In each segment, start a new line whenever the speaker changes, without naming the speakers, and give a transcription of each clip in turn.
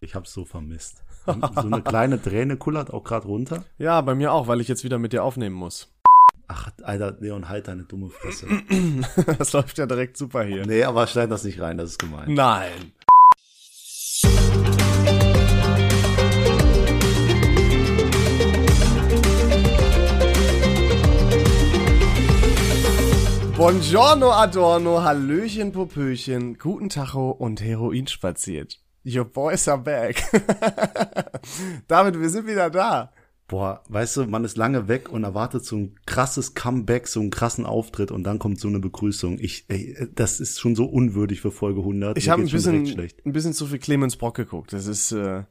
ich habe es so vermisst. Und so eine kleine Träne kullert auch gerade runter.
Ja, bei mir auch, weil ich jetzt wieder mit dir aufnehmen muss.
Ach, Alter, Leon, halt deine dumme Fresse.
Das läuft ja direkt super hier.
Nee, aber schneid das nicht rein, das ist gemein.
Nein. Buongiorno Adorno, Hallöchen Popöchen, guten Tacho und Heroin spaziert. Your boys are back. David, wir sind wieder da.
Boah, weißt du, man ist lange weg und erwartet so ein krasses Comeback, so einen krassen Auftritt und dann kommt so eine Begrüßung. Ich, ey, das ist schon so unwürdig für Folge 100.
Ich
Mir
habe ein
geht's schon
bisschen,
direkt schlecht.
ein bisschen zu viel Clemens Brock geguckt. Das ist äh,
Äh,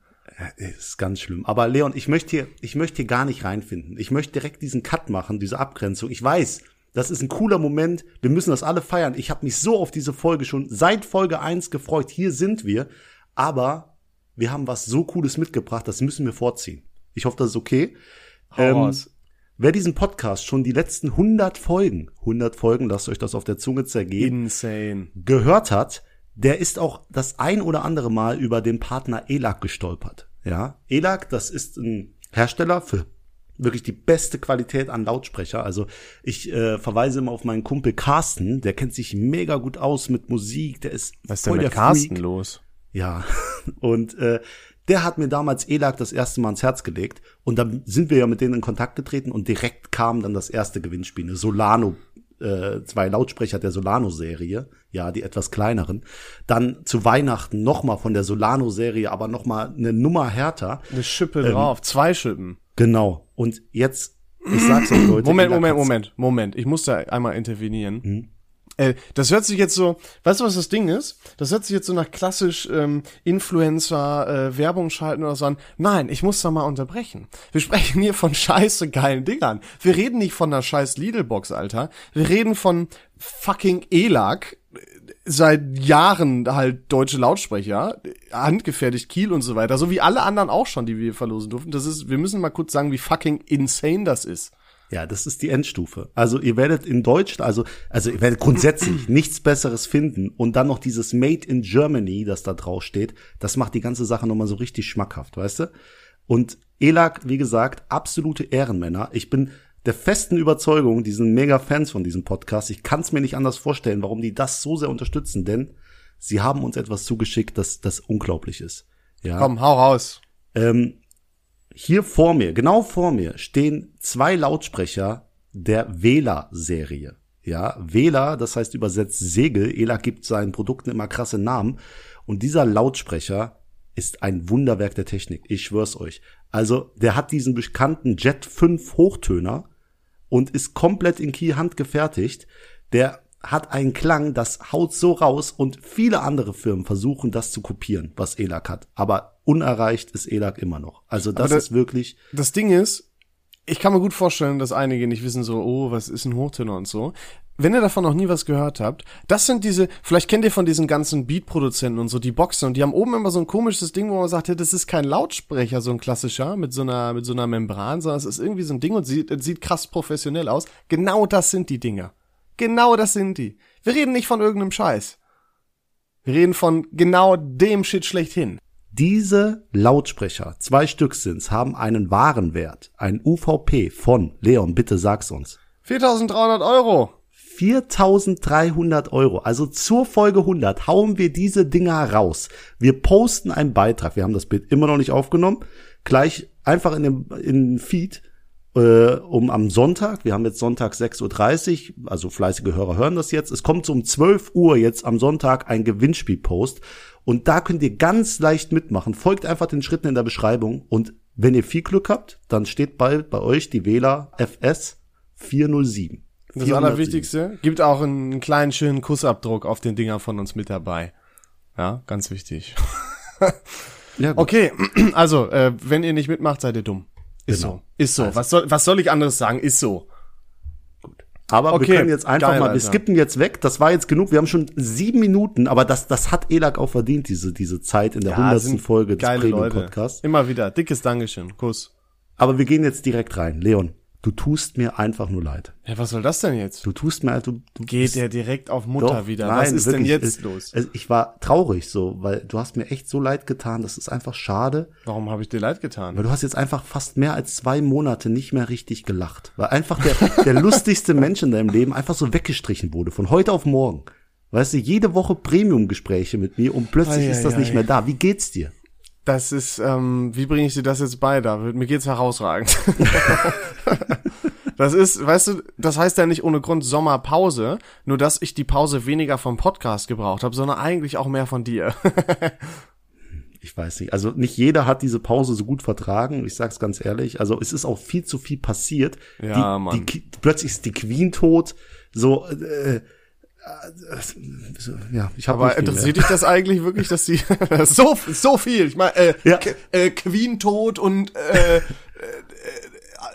Ist ganz schlimm. Aber Leon, ich möchte hier, ich möchte hier gar nicht reinfinden. Ich möchte direkt diesen Cut machen, diese Abgrenzung. Ich weiß, das ist ein cooler Moment. Wir müssen das alle feiern. Ich habe mich so auf diese Folge schon seit Folge 1 gefreut. Hier sind wir. Aber wir haben was so Cooles mitgebracht. Das müssen wir vorziehen. Ich hoffe, das ist okay.
hau
Ähm,
raus.
Wer diesen Podcast schon die letzten 100 Folgen, 100 Folgen, lasst euch das auf der Zunge zergehen,
insane.
gehört hat, der ist auch das ein oder andere Mal über den Partner ELAC gestolpert. Ja, ELAC, das ist ein Hersteller für wirklich die beste Qualität an Lautsprecher. Also ich äh, verweise immer auf meinen Kumpel Carsten, der kennt sich mega gut aus mit Musik, der ist
Was ist denn
voll
mit
der Freak.
Carsten los?
Ja, und äh, der hat mir damals ELAC das erste Mal ans Herz gelegt. Und dann sind wir ja mit denen in Kontakt getreten und direkt kam dann das erste Gewinnspiel, eine Solano, äh, zwei Lautsprecher der Solano-Serie, ja, die etwas kleineren. Dann zu Weihnachten nochmal von der Solano-Serie, aber nochmal eine Nummer härter.
Eine Schippe drauf, zwei Schippen.
Genau. Und jetzt, ich sag's euch, Leute.
Moment,
ELAC
Moment,
hat's-
Moment, Moment. Ich muss da einmal intervenieren. Äh, das hört sich jetzt so, weißt du, was das Ding ist? Das hört sich jetzt so nach klassisch ähm, Influencer äh, Werbung schalten oder so an. Nein, ich muss da mal unterbrechen. Wir sprechen hier von scheiße geilen Dingern. Wir reden nicht von einer scheiß Lidl-Box, Alter. Wir reden von fucking E Elac. Seit Jahren halt deutsche Lautsprecher, handgefertigt Kiel und so weiter, so wie alle anderen auch schon, die wir verlosen durften. Das ist, wir müssen mal kurz sagen, wie fucking insane das ist.
Ja, das ist die Endstufe. Also ihr werdet in Deutschland, also, also ihr werdet grundsätzlich nichts Besseres finden und dann noch dieses Made in Germany, das da drauf steht, das macht die ganze Sache nochmal so richtig schmackhaft, weißt du? Und Elak, wie gesagt, absolute Ehrenmänner. Ich bin der festen Überzeugung, die sind mega Fans von diesem Podcast. Ich kann es mir nicht anders vorstellen, warum die das so sehr unterstützen, denn sie haben uns etwas zugeschickt, das, das unglaublich ist. Ja.
Komm, hau raus.
Ähm, hier vor mir, genau vor mir, stehen zwei Lautsprecher der Vela-Serie. Ja, Vela, das heißt übersetzt Segel. Ela gibt seinen Produkten immer krasse Namen. Und dieser Lautsprecher ist ein Wunderwerk der Technik. Ich schwör's euch. Also, der hat diesen bekannten Jet 5 Hochtöner und ist komplett in Kiel handgefertigt. Der hat einen Klang, das haut so raus und viele andere Firmen versuchen das zu kopieren, was ELAC hat. Aber unerreicht ist ELAC immer noch. Also das,
Aber das-
ist wirklich,
Das Ding ist, ich kann mir gut vorstellen, dass einige nicht wissen so, oh, was ist ein Hochtöner und so. Wenn ihr davon noch nie was gehört habt, das sind diese, vielleicht kennt ihr von diesen ganzen Beat-Produzenten und so die Boxen und die haben oben immer so ein komisches Ding, wo man sagt, ja, das ist kein Lautsprecher, so ein klassischer, mit so einer, mit so einer Membran, sondern es ist irgendwie so ein Ding und sieht, es sieht krass professionell aus. Genau das sind die Dinger. Genau das sind die. Wir reden nicht von irgendeinem Scheiß. Wir reden von genau dem Shit schlechthin.
diese Lautsprecher, zwei Stück sind's, haben einen Warenwert, ein UVP von, Leon, bitte sag's uns,
4300 Euro.
4.300 Euro. Also zur Folge 100 hauen wir diese Dinger raus. Wir posten einen Beitrag. Wir haben das Bild immer noch nicht aufgenommen. Gleich einfach in dem in den Feed äh, um am Sonntag. Wir haben jetzt Sonntag 6.30 Uhr. Also fleißige Hörer hören das jetzt. Es kommt so um 12 Uhr jetzt am Sonntag ein Gewinnspiel-Post. Und da könnt ihr ganz leicht mitmachen. Folgt einfach den Schritten in der Beschreibung. Und wenn ihr viel Glück habt, dann steht bald bei euch die Wähler FS 407.
Das
407.
Allerwichtigste, gibt auch einen kleinen schönen Kussabdruck auf den Dinger von uns mit dabei. Ja, ganz wichtig.
Ja, gut.
Okay, also, äh, wenn ihr nicht mitmacht, seid ihr dumm. Ist
Genau.
so. Ist so. Was, soll, was soll ich anderes sagen? Ist so.
Aber
Okay,
wir können jetzt einfach
geil,
mal, wir
Alter.
skippen jetzt weg. Das war jetzt genug. Wir haben schon sieben Minuten, aber das, das hat Elak auch verdient, diese, diese Zeit in der hundertsten
sind
Folge des
geile Leute.
Premium-Podcasts.
Immer wieder. Dickes Dankeschön. Kuss.
Aber wir gehen jetzt direkt rein. Leon, Du tust mir einfach nur leid.
Ja, was soll das denn jetzt?
Du tust mir, du, du
Geht er direkt auf Mutter
Doch,
wieder?
nein,
was ist
wirklich,
denn jetzt
es-
los?
es- Ich war traurig so, weil du hast mir echt so leid getan. Das ist einfach schade,
Warum habe ich dir leid getan?
weil du hast jetzt einfach fast mehr als zwei Monate nicht mehr richtig gelacht. Weil einfach der, der lustigste Mensch in deinem Leben einfach so weggestrichen wurde, von heute auf morgen. Weißt du, jede Woche Premium-Gespräche mit mir und plötzlich
Ei,
ist das
ei,
nicht
ei.
mehr da. Wie geht's dir?
Das ist, ähm, wie bringe ich dir das jetzt bei? Da mir geht's herausragend. das ist, weißt du, das heißt ja nicht ohne Grund Sommerpause, nur dass ich die Pause weniger vom Podcast gebraucht habe, sondern eigentlich auch mehr von dir.
ich weiß nicht. Also nicht jeder hat diese Pause so gut vertragen. Ich sag's ganz ehrlich. Also es ist auch viel zu viel passiert.
Ja,
die,
Mann.
Die, Ki- plötzlich ist die Queen tot. So, äh, äh, so, ja, ich habe
Aber interessiert dich das eigentlich wirklich, dass die so so viel? Ich meine, äh,
Ja.
K- äh, Queen tot und äh, äh,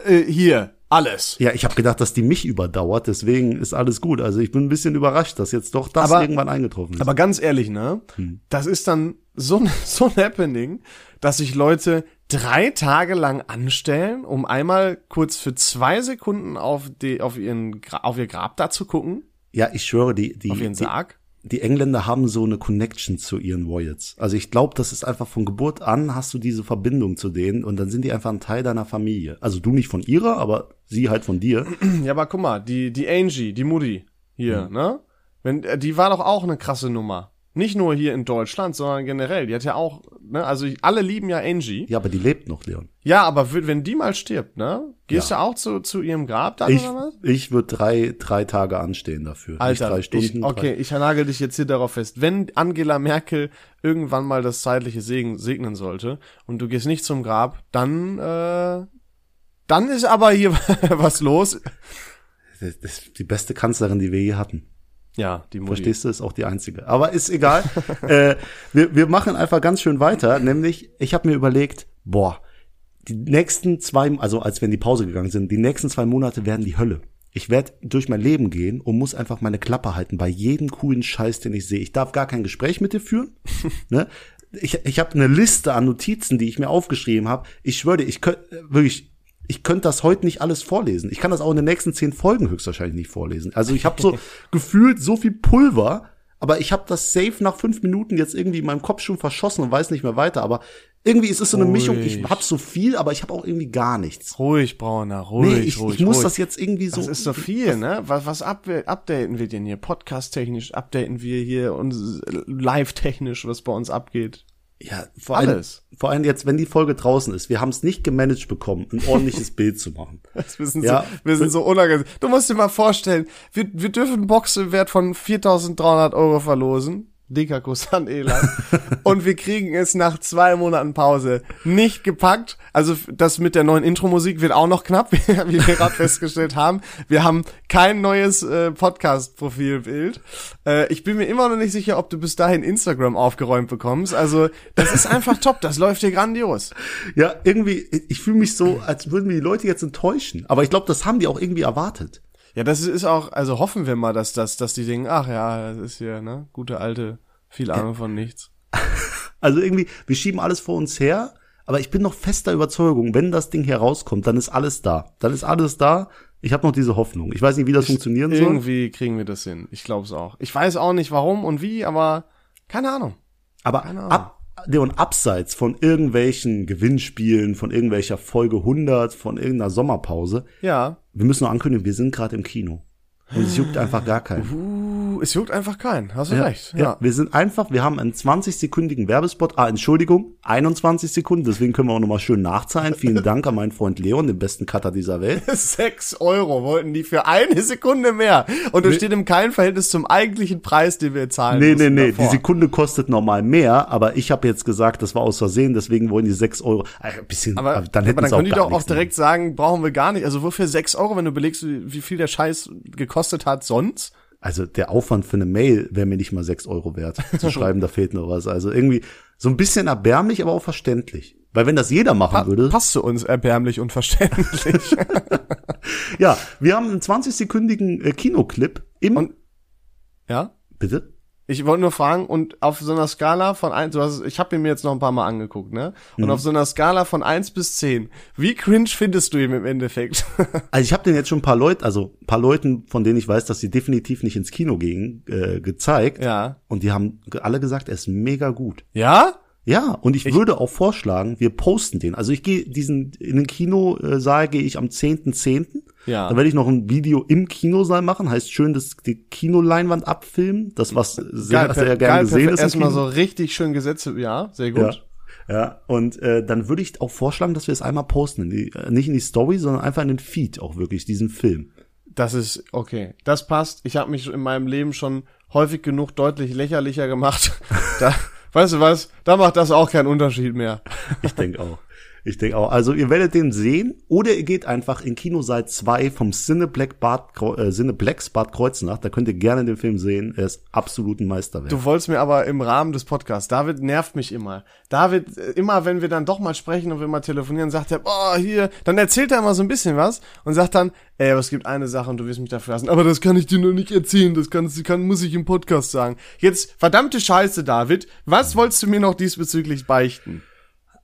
äh, äh, hier alles.
Ja, ich habe gedacht, dass die mich überdauert. Deswegen ist alles gut. Also ich bin ein bisschen überrascht, dass jetzt doch das
Aber-
irgendwann eingetroffen ist.
Aber ganz ehrlich, ne?
Hm.
Das ist dann so, ein- so ein Happening, dass sich Leute drei Tage lang anstellen, um einmal kurz für zwei Sekunden auf, die, auf, ihren, Gra- auf ihr Grab da zu gucken,
ja, ich schwöre, die die,
auf ihren
die
Sarg.
die Engländer haben so eine Connection zu ihren Royals. Also ich glaube, das ist einfach von Geburt an hast du diese Verbindung zu denen und dann sind die einfach ein Teil deiner Familie. Also du nicht von ihrer, aber sie halt von dir.
Ja, aber guck mal, die, die Angie, die Mutti
Hm.
hier, ne? Wenn, äh, die war doch auch eine krasse Nummer. Nicht nur hier in Deutschland, sondern generell. Die hat ja auch, ne, also ich- alle lieben ja Angie.
Ja, aber die lebt noch, Leon.
Ja, aber w- wenn die mal stirbt, ne? Gehst du auch zu, zu ihrem Grab dann
Ich,
oder was?
ich würde drei, drei Tage anstehen dafür.
Alter,
nicht drei Stunden.
ich, okay, ich nagel dich jetzt hier darauf fest. Wenn Angela Merkel irgendwann mal das zeitliche Segen segnen sollte und du gehst nicht zum Grab, dann äh, dann ist aber hier was los.
Drei, das ist die beste Kanzlerin, die wir je hatten.
Ja, die Mutti.
Verstehst du, ist auch die einzige. Aber ist egal. äh, wir, wir machen einfach ganz schön weiter. Nämlich, ich habe mir überlegt, boah, die nächsten zwei, also als wir in die Pause gegangen sind, die nächsten zwei Monate werden die Hölle. Ich werde durch mein Leben gehen und muss einfach meine Klappe halten bei jedem coolen Scheiß, den ich sehe. Ich darf gar kein Gespräch mit dir führen. ne? Ich, ich habe eine Liste an Notizen, die ich mir aufgeschrieben habe. Ich schwöre, dir, ich könnte wirklich, ich könnte das heute nicht alles vorlesen. Ich kann das auch in den nächsten zehn Folgen höchstwahrscheinlich nicht vorlesen. Also ich habe so gefühlt so viel Pulver, aber ich habe das safe nach fünf Minuten jetzt irgendwie in meinem Kopf schon verschossen und weiß nicht mehr weiter. Aber irgendwie ist es so eine Mischung. Ich
Ruhig.
hab so viel, aber ich habe auch irgendwie gar nichts.
Ruhig, Brauner, ruhig,
Nee, ich,
ruhig.
ich muss
ruhig.
das jetzt irgendwie so.
Das ist so viel, ne? Was, was up updaten wir denn hier? Podcast-technisch updaten wir hier und live-technisch, was bei uns abgeht.
ja, vor allem,
Alles.
vor allem jetzt, wenn die Folge draußen ist. Wir haben es nicht gemanagt bekommen, ein ordentliches Bild zu machen.
Wir sind,
Ja.
so, wir sind so unangenehm. Du musst dir mal vorstellen, wir, wir dürfen einen Box im Wert von 4.300 Euro verlosen. Dicker Kuss an Elan. und wir kriegen es nach zwei Monaten Pause nicht gepackt. Also f- das mit der neuen Intro-Musik wird auch noch knapp, wie wir gerade festgestellt haben. Wir haben kein neues äh, Podcast-Profilbild. Äh, ich bin mir immer noch nicht sicher, ob du bis dahin Instagram aufgeräumt bekommst. Also das ist einfach top. Das läuft hier grandios.
Ja, irgendwie, ich fühle mich so, als würden wir die Leute jetzt enttäuschen. Aber ich glaube, das haben die auch irgendwie erwartet.
Ja, das ist auch, also hoffen wir mal, dass das, dass die denken, ach ja, das ist hier, ne, gute alte, viel Ahnung von nichts.
Also irgendwie, wir schieben alles vor uns her, aber ich bin noch fester Überzeugung, wenn das Ding herauskommt, dann ist alles da. Dann ist alles da. Ich habe noch diese Hoffnung. Ich weiß nicht, wie das funktionieren soll.
Irgendwie kriegen wir das hin. Ich glaub's auch. Ich weiß auch nicht warum und wie, aber keine Ahnung.
Aber ab, Leon, abseits von irgendwelchen Gewinnspielen, von irgendwelcher Folge 100, von irgendeiner Sommerpause,
Ja.
wir müssen noch ankündigen, wir sind gerade im Kino. Und es juckt einfach gar keinen.
Uh, es juckt einfach keinen. Hast du recht.
Ja, wir sind einfach, wir haben einen 20-sekündigen Werbespot. Ah, Entschuldigung, 21 Sekunden. Deswegen können wir auch nochmal schön nachzahlen. Vielen Dank an meinen Freund Leon, den besten Cutter dieser Welt.
Sechs Euro wollten die für eine Sekunde mehr. Und das steht im kein Verhältnis zum eigentlichen Preis, den wir zahlen
Nee, nee,
mussten
nee,
davor.
die Sekunde kostet normal mehr, aber ich habe jetzt gesagt, das war aus Versehen, deswegen wollen die 6 Euro. äh, Ein bisschen,
Aber,
dann hätten
aber dann
sie auch
können die
gar
doch auch
nichts
direkt sagen, brauchen wir gar nicht. Also wofür sechs Euro, wenn du überlegst, wie wie viel der Scheiß gekostet hat sonst?
gemacht. Also der Aufwand für eine Mail wäre mir nicht mal 6 Euro wert, zu schreiben, da fehlt noch was. Also irgendwie so ein bisschen erbärmlich, aber auch verständlich. Weil wenn das jeder machen würde,
Ah, Passt zu uns erbärmlich und verständlich.
ja, wir haben einen 20-sekündigen äh, Kinoclip im,
Und- ja?
bitte?
Ich wollte nur fragen, und auf so einer Skala von eins, du hast, ich habe ihn mir jetzt noch ein paar Mal angeguckt, ne?
Mhm.
Und auf so einer Skala von eins bis zehn, wie cringe findest du ihn im Endeffekt?
Also ich habe den jetzt schon ein paar Leute, also ein paar Leuten, von denen ich weiß, dass sie definitiv nicht ins Kino gingen, äh, gezeigt.
Ja.
Und die haben ge- alle gesagt, er ist mega gut.
ja?
Ja, und ich, würde auch vorschlagen, wir posten den. Also ich gehe diesen in den Kinosaal gehe ich am 10.10.
Ja.
Dann werde ich noch ein Video im Kinosaal machen, heißt schön das die Kinoleinwand abfilmen, das was sehr,
per-
sehr gern gesehen
perfekt.
ist. im
Erstmal
Kino.
so richtig schön gesetzt, ja, sehr gut.
Ja. Ja, und äh, dann würde ich auch vorschlagen, dass wir es einmal posten. In die, äh, nicht in die Story, sondern einfach in den Feed auch wirklich, diesen Film.
Das ist okay. Das passt. Ich habe mich in meinem Leben schon häufig genug deutlich lächerlicher gemacht. Da, weißt du was? Da macht das auch keinen Unterschied mehr.
Ich denke auch. Ich denke auch. Also ihr werdet den sehen oder ihr geht einfach in Kinosaal 2 vom Cineplex Bad, Kreu- äh, Cineplex Bad Kreuznach. Da könnt ihr gerne den Film sehen. Er ist absolut ein Meisterwerk.
Du wolltest mir aber im Rahmen des Podcasts, David nervt mich immer. David, äh, immer wenn wir dann doch mal sprechen und wir mal telefonieren, sagt er, boah, hier, dann erzählt er immer so ein bisschen was und sagt dann, ey, aber es gibt eine Sache und du wirst mich dafür lassen. Aber das kann ich dir noch nicht erzählen, das kann, das kann, muss ich im Podcast sagen. Jetzt, verdammte Scheiße, David, was wolltest du mir noch diesbezüglich beichten?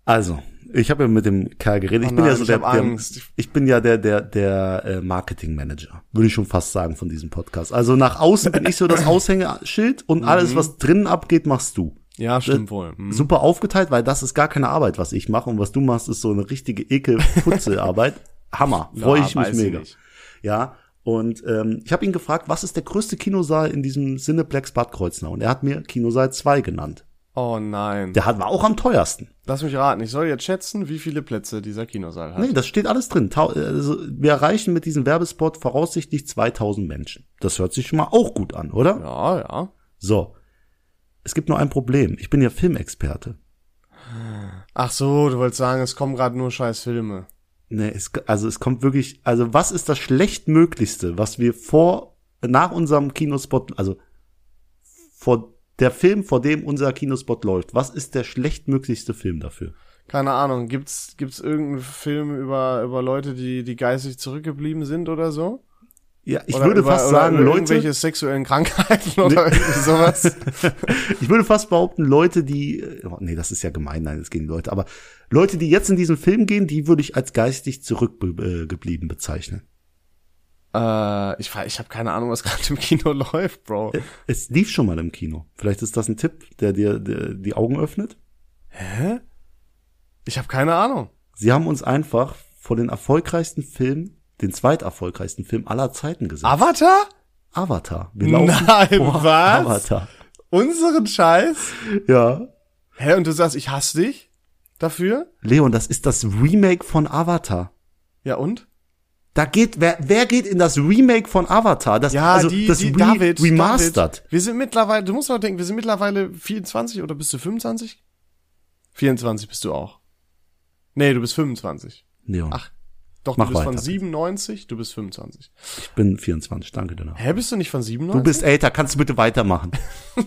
Also, ich habe ja mit dem Kerl geredet. ich bin
Oh nein,
ja so
ich
der,
hab
der
Angst.
ich bin ja der der der äh, Marketing Manager, würde ich schon fast sagen von diesem Podcast. Also nach außen bin ich so das Aushängeschild und
Mhm.
alles was drinnen abgeht, machst du.
Ja, stimmt wohl.
Super aufgeteilt, weil das ist gar keine Arbeit, was ich mache und was du machst ist so eine richtige ekel Arbeit. Hammer, freue
Ja,
ich mich
weiß ich
mega.
nicht.
Ja, und ähm, ich habe ihn gefragt, was ist der größte Kinosaal in diesem Cineplex Bad Kreuznach und er hat mir Kinosaal 2 genannt.
Oh nein.
Der hat war auch am teuersten.
Lass mich raten, ich soll jetzt schätzen, wie viele Plätze dieser Kinosaal hat.
Nee, das steht alles drin. Tau- Also, wir erreichen mit diesem Werbespot voraussichtlich 2000 Menschen. Das hört sich schon mal auch gut an, oder?
Ja, ja.
So. Es gibt nur ein Problem. Ich bin ja Filmexperte.
Ach so, du wolltest sagen, es kommen gerade nur scheiß Filme.
Nee, es, also es kommt wirklich, also was ist das schlechtmöglichste, was wir vor, nach unserem Kinospot, also vor der Film, vor dem unser Kinospot läuft, was ist der schlechtmöglichste Film dafür?
Keine Ahnung, gibt's gibt's irgendeinen Film über über Leute, die die geistig zurückgeblieben sind oder so?
Ja, ich
Oder
würde
über,
fast
oder
sagen,
über
Leute,
irgendwelche sexuellen Krankheiten oder irgendwie sowas.
Ich würde fast behaupten, Leute, die, äh, oh, nee, das ist ja gemein, nein, es gehen Leute, aber Leute, die jetzt in diesen Film gehen, die würde ich als geistig zurückgeblieben bezeichnen.
äh, ich fra- ich habe keine Ahnung, was gerade im Kino läuft, Bro.
Es lief schon mal im Kino. Vielleicht ist das ein Tipp, der dir der, die Augen öffnet.
Ich habe keine Ahnung.
Sie haben uns einfach vor den erfolgreichsten Film, den zweiterfolgreichsten Film aller Zeiten gesetzt.
Avatar?
Avatar. Wir
Nein, was?
Genau. Avatar.
Unseren Scheiß?
Ja.
Hä, und du sagst, ich hasse dich dafür?
Leon, das ist das Remake von Avatar.
Ja und?
Da geht, wer, wer geht in das Remake von Avatar? Das,
Ja,
also,
die,
das
die
Re-
David,
Remastered.
David. Wir sind mittlerweile, du musst mal denken, wir sind mittlerweile 24 oder bist du 25? 24 bist du auch. Nee, du bist 25.
Leon,
Ach, doch,
Mach
du bist
weiter,
von
bitte.
97, du bist 25.
ich bin 24, danke dir.
Hä, bist du nicht von 97?
Du bist älter, kannst du bitte weitermachen?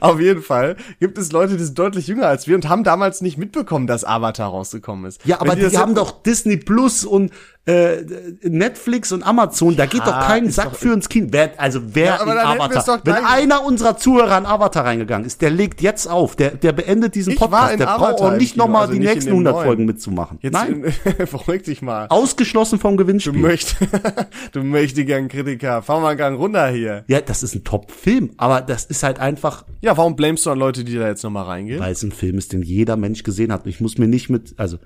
Auf jeden Fall gibt es Leute, die sind deutlich jünger als wir und haben damals nicht mitbekommen, dass Avatar rausgekommen ist.
Ja,
Wenn
aber die,
das
haben
hätten-
doch Disney Plus und äh, Netflix und Amazon, da geht doch kein Sack für ins Kino. Wer, also wer
Ja, aber
in
dann hätten wir's
Avatar,
doch
wenn
gleich-
einer unserer Zuhörer in Avatar reingegangen ist, der legt jetzt auf, der, der beendet diesen
Ich war in
Podcast, der braucht
Avatar
auch
im
nicht
Kino,
nochmal
also
die
nicht in
nächsten
dem
100
neuen.
Folgen mitzumachen.
Jetzt,
Nein,
Beruhig dich mal.
ausgeschlossen vom
Du,
Gewinnspiel.
möcht, du mächtiger Kritiker, fahr mal einen Gang runter hier.
Ja, das ist ein Top-Film, aber das ist halt einfach,
Ja, warum blamest du an Leute, die da jetzt nochmal reingehen?
weil es ein Film ist, den jeder Mensch gesehen hat. Ich muss mir nicht mit, also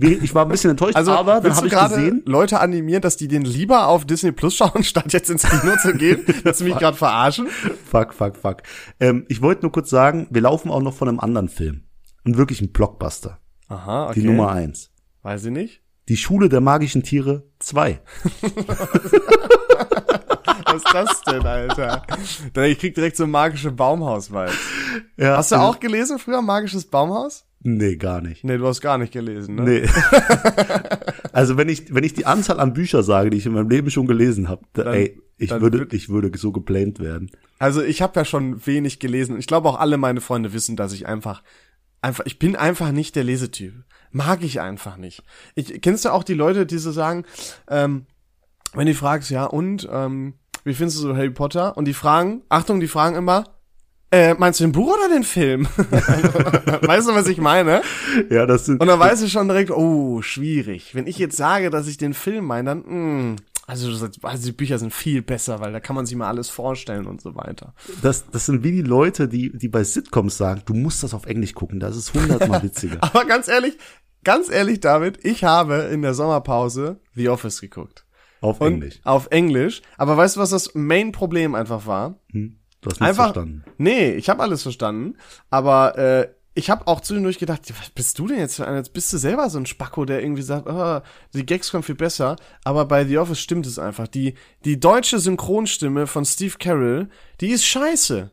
wir- ich war ein bisschen enttäuscht,
Also,
aber dann
willst
habe
du
ich
gerade
gesehen,
Leute animieren, dass die den lieber auf Disney Plus schauen, statt jetzt ins Kino zu gehen? Willst du mich gerade verarschen?
Fuck, fuck, fuck. Ähm, ich wollte nur kurz sagen, wir laufen auch noch von einem anderen Film. Und wirklich ein Blockbuster.
Aha, okay.
Die Nummer eins.
Weiß ich nicht.
Die Schule der magischen Tiere 2.
Was ist das denn, Alter? Dann- Ich krieg direkt so magische Baumhaus-Vibes.
Ja,
Hast du auch gelesen früher, magisches Baumhaus?
Nee, gar nicht.
Nee, du hast gar nicht gelesen, ne?
Nee. also wenn ich, wenn ich die Anzahl an Bücher sage, die ich in meinem Leben schon gelesen habe, da- ey, ich
dann
würde,
wird-
ich würde so geblamed werden.
Also ich habe ja schon wenig gelesen und ich glaube auch alle meine Freunde wissen, dass ich einfach einfach ich bin einfach nicht der Lesetyp. Mag ich einfach nicht. Ich kennst du auch die Leute, die so sagen, ähm, wenn du fragst, ja und ähm, wie findest du so Harry Potter und die fragen, Achtung, die fragen immer Äh, meinst du den Buch oder den Film? weißt du, was ich meine?
Ja, das sind.
Und dann weiß ich schon direkt, oh, schwierig. Wenn ich jetzt sage, dass ich den Film meine, dann, mh, also, das, also die Bücher sind viel besser, weil da kann man sich mal alles vorstellen und so weiter.
Das, das sind wie die Leute, die, die bei Sitcoms sagen, du musst das auf Englisch gucken, das ist hundertmal witziger.
Aber ganz ehrlich, ganz ehrlich, David, ich habe in der Sommerpause The Office geguckt.
Auf
Und
Englisch.
Auf Englisch. Aber weißt du, was das Main-Problem einfach war?
Hm? Du hast nichts
Einfach.
verstanden.
Nee, ich habe alles verstanden. Aber äh, ich habe auch zwischendurch gedacht, was bist du denn jetzt für einer? Jetzt bist du selber so ein Spacko, der irgendwie sagt, ah, die Gags kommen viel besser. Aber bei The Office stimmt es einfach. Die, die deutsche Synchronstimme von Steve Carroll, die ist scheiße.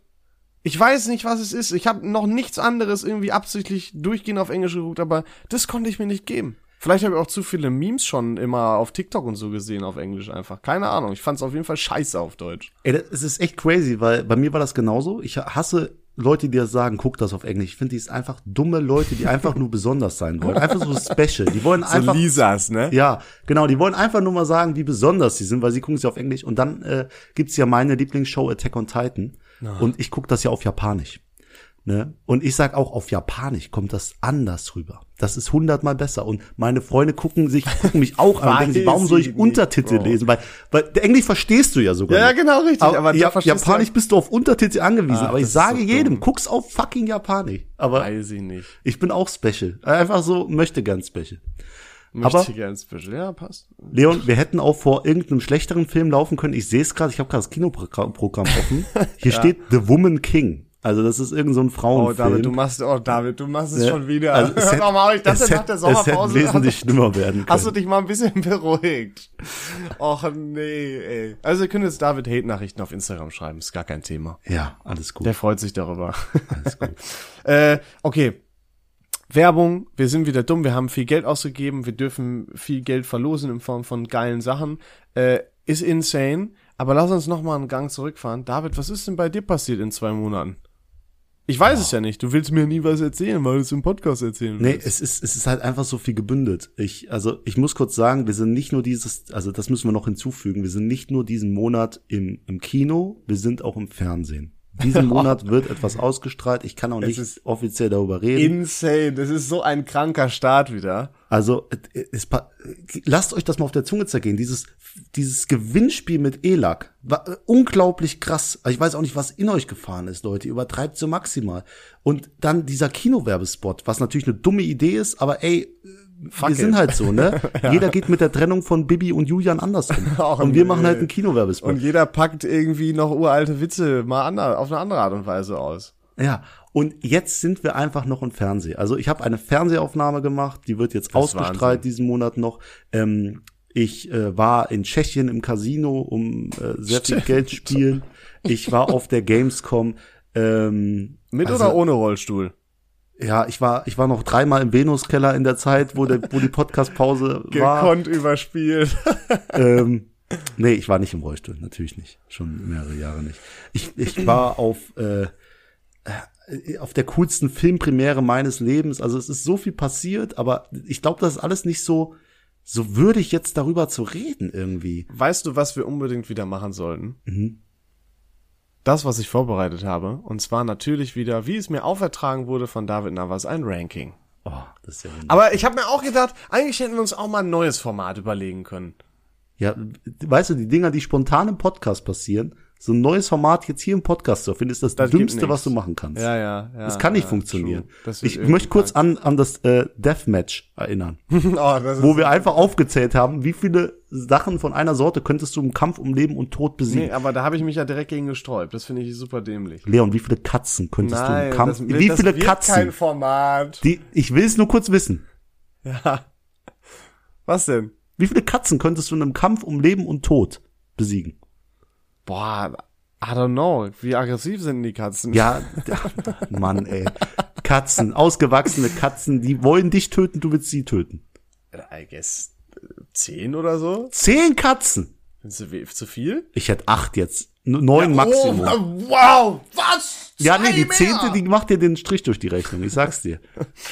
Ich weiß nicht, was es ist. Ich habe noch nichts anderes irgendwie absichtlich durchgehend auf Englisch geguckt, aber das konnte ich mir nicht geben. Vielleicht habe ich auch zu viele Memes schon immer auf TikTok und so gesehen auf Englisch einfach. Keine Ahnung. Ich fand es auf jeden Fall scheiße auf Deutsch.
Ey, das- es ist echt crazy, weil bei mir war das genauso. Ich hasse Leute, die das sagen, guck das auf Englisch. Ich finde, die ist einfach dumme Leute, die einfach nur besonders sein wollen. Einfach so special. Die wollen einfach.
Lisas, ne?
Ja, genau. Die wollen einfach nur mal sagen, wie besonders sie sind, weil sie gucken sie auf Englisch. Und dann äh, gibt's ja meine Lieblingsshow Attack on Titan. Und ich guck das ja auf Japanisch. Ne? Und ich sag auch, auf Japanisch kommt das anders rüber. Das ist hundertmal besser. Und meine Freunde gucken sich, gucken mich auch an und denken sich,
Weiß
warum soll ich
ich nicht,
Untertitel
Bro.
lesen? Weil, weil Englisch verstehst du ja sogar.
Ja, ja,
nicht.
genau, richtig.
Aber,
Aber da
ja,
verstehst du
Japanisch bist du auf Untertitel angewiesen.
Ah,
aber ich
das ist
sage
so
jedem,
dumm.
guck's auf fucking Japanisch. Aber
Weiß ich nicht.
ich bin auch special. Einfach so, möchte gern special.
Möchte
Aber-
ich gerne ein Special. Ja, passt. Oh,
Leon, wir hätten auch vor irgendeinem schlechteren Film laufen können. Ich sehe es gerade, ich habe gerade das Kinoprogramm Programm offen. Hier steht The Woman King. Also das ist irgend so ein
Oh, David, du
Frauenfilm.
machst, oh, David, du machst es schon wieder.
also es
Hör
hätte-
doch mal, auf, ich dachte
es
nach
hätte-
der
Es hätte
Sommerpause.
wesentlich schlimmer werden können.
Hast du dich mal ein bisschen beruhigt? Och nee, ey. Also ihr könnt jetzt David Hate-Nachrichten auf Instagram schreiben, ist gar kein Thema.
ja, alles gut.
Der freut sich darüber.
Alles gut.
äh, okay. Werbung, wir sind wieder dumm, wir haben viel Geld ausgegeben, wir dürfen viel Geld verlosen in Form von geilen Sachen. Äh, ist insane, aber lass uns nochmal einen Gang zurückfahren. David, was ist denn bei dir passiert in zwei Monaten? Ich weiß es ja nicht, du willst mir nie was erzählen, weil du es im Podcast erzählen
Nee,
willst.
es ist, es ist halt einfach so viel gebündelt. Ich, also ich muss kurz sagen, wir sind nicht nur dieses, also das müssen wir noch hinzufügen, wir sind nicht nur diesen Monat im, im Kino, wir sind auch im Fernsehen. Diesen Monat wird etwas ausgestrahlt. Ich kann auch nicht
ist
offiziell darüber reden.
Insane, das ist so ein kranker Start wieder.
Also es, es, pa- lasst euch das mal auf der Zunge zergehen. Dieses dieses Gewinnspiel mit Elak war äh, unglaublich krass. Also Ich weiß auch nicht, was in euch gefahren ist, Leute. Ihr Übertreibt so maximal. Und dann dieser Kinowerbespot, was natürlich eine dumme Idee ist, aber ey, wir
it.
sind halt so, ne? Jeder geht mit der Trennung von Bibi und Julian andersrum.
Och,
und wir
nee.
machen halt einen Kinowerbespot.
Und jeder packt irgendwie noch uralte Witze mal ander, auf eine andere Art und Weise aus.
Ja, und jetzt sind wir einfach noch im Fernsehen. Also ich habe eine Fernsehaufnahme gemacht, die wird jetzt
Das ist
ausgestrahlt
Wahnsinn.
diesen Monat noch. Ähm, ich äh, war in Tschechien im Casino, um äh, sehr viel Geld spielen. Ich war auf der Gamescom. Ähm,
Mit
also-
oder ohne Rollstuhl?
Ja, ich war, ich war noch dreimal im Venuskeller in der Zeit, wo, der, wo die Podcastpause war.
Gekonnt überspielt.
Ähm, nee, ich war nicht im Rollstuhl, natürlich nicht. Schon mehrere Jahre nicht. Ich, ich war auf, äh, äh, auf der coolsten Filmpremiere meines Lebens. Also es ist so viel passiert, aber ich glaube, das ist alles nicht so, so würdig jetzt darüber zu reden irgendwie.
Weißt du, was wir unbedingt wieder machen sollten?
Mhm.
Das, was ich vorbereitet habe, und zwar natürlich wieder, wie es mir aufertragen wurde von David Navas, ein Ranking.
Oh, das ist ja wunderbar.
Aber ich habe mir auch gedacht, eigentlich hätten wir uns auch mal ein neues Format überlegen können.
Ja, weißt du, die Dinger, die spontan im Podcast passieren, so ein neues Format jetzt hier im Podcast zu erfinden, ist das,
Das gibt
Dümmste,
nix.
was du machen kannst.
Ja, ja, ja.
Das kann nicht
ja,
funktionieren.
true. Das wird
Ich
irgendwie
möchte kurz an, an das äh, Deathmatch erinnern.
krank. oh, das ist
wo wir einfach aufgezählt haben, wie viele Sachen von einer Sorte könntest du im Kampf um Leben und Tod besiegen.
Nee, aber da habe ich mich ja direkt gegen gesträubt. Das finde ich super dämlich.
Leon, wie viele Katzen könntest du im Kampf?
das,
wie
das
viele
wird kein
Katzen?
Format.
Die, ich will es nur kurz wissen.
Ja. Was denn?
Wie viele Katzen könntest du in einem Kampf um Leben und Tod besiegen?
Boah, I don't know. Wie aggressiv sind die Katzen?
Ja, Mann, ey. Katzen, ausgewachsene Katzen, die wollen dich töten, du willst sie töten.
I guess äh, zehn oder so?
Zehn Katzen.
Findest du we- zu viel?
Ich hätte acht jetzt. N- Neun Maximum.
Oh, wow, was?
Ja, nee, die
Zwei
zehnte,
mehr?
die macht dir den Strich durch die Rechnung, ich sag's dir.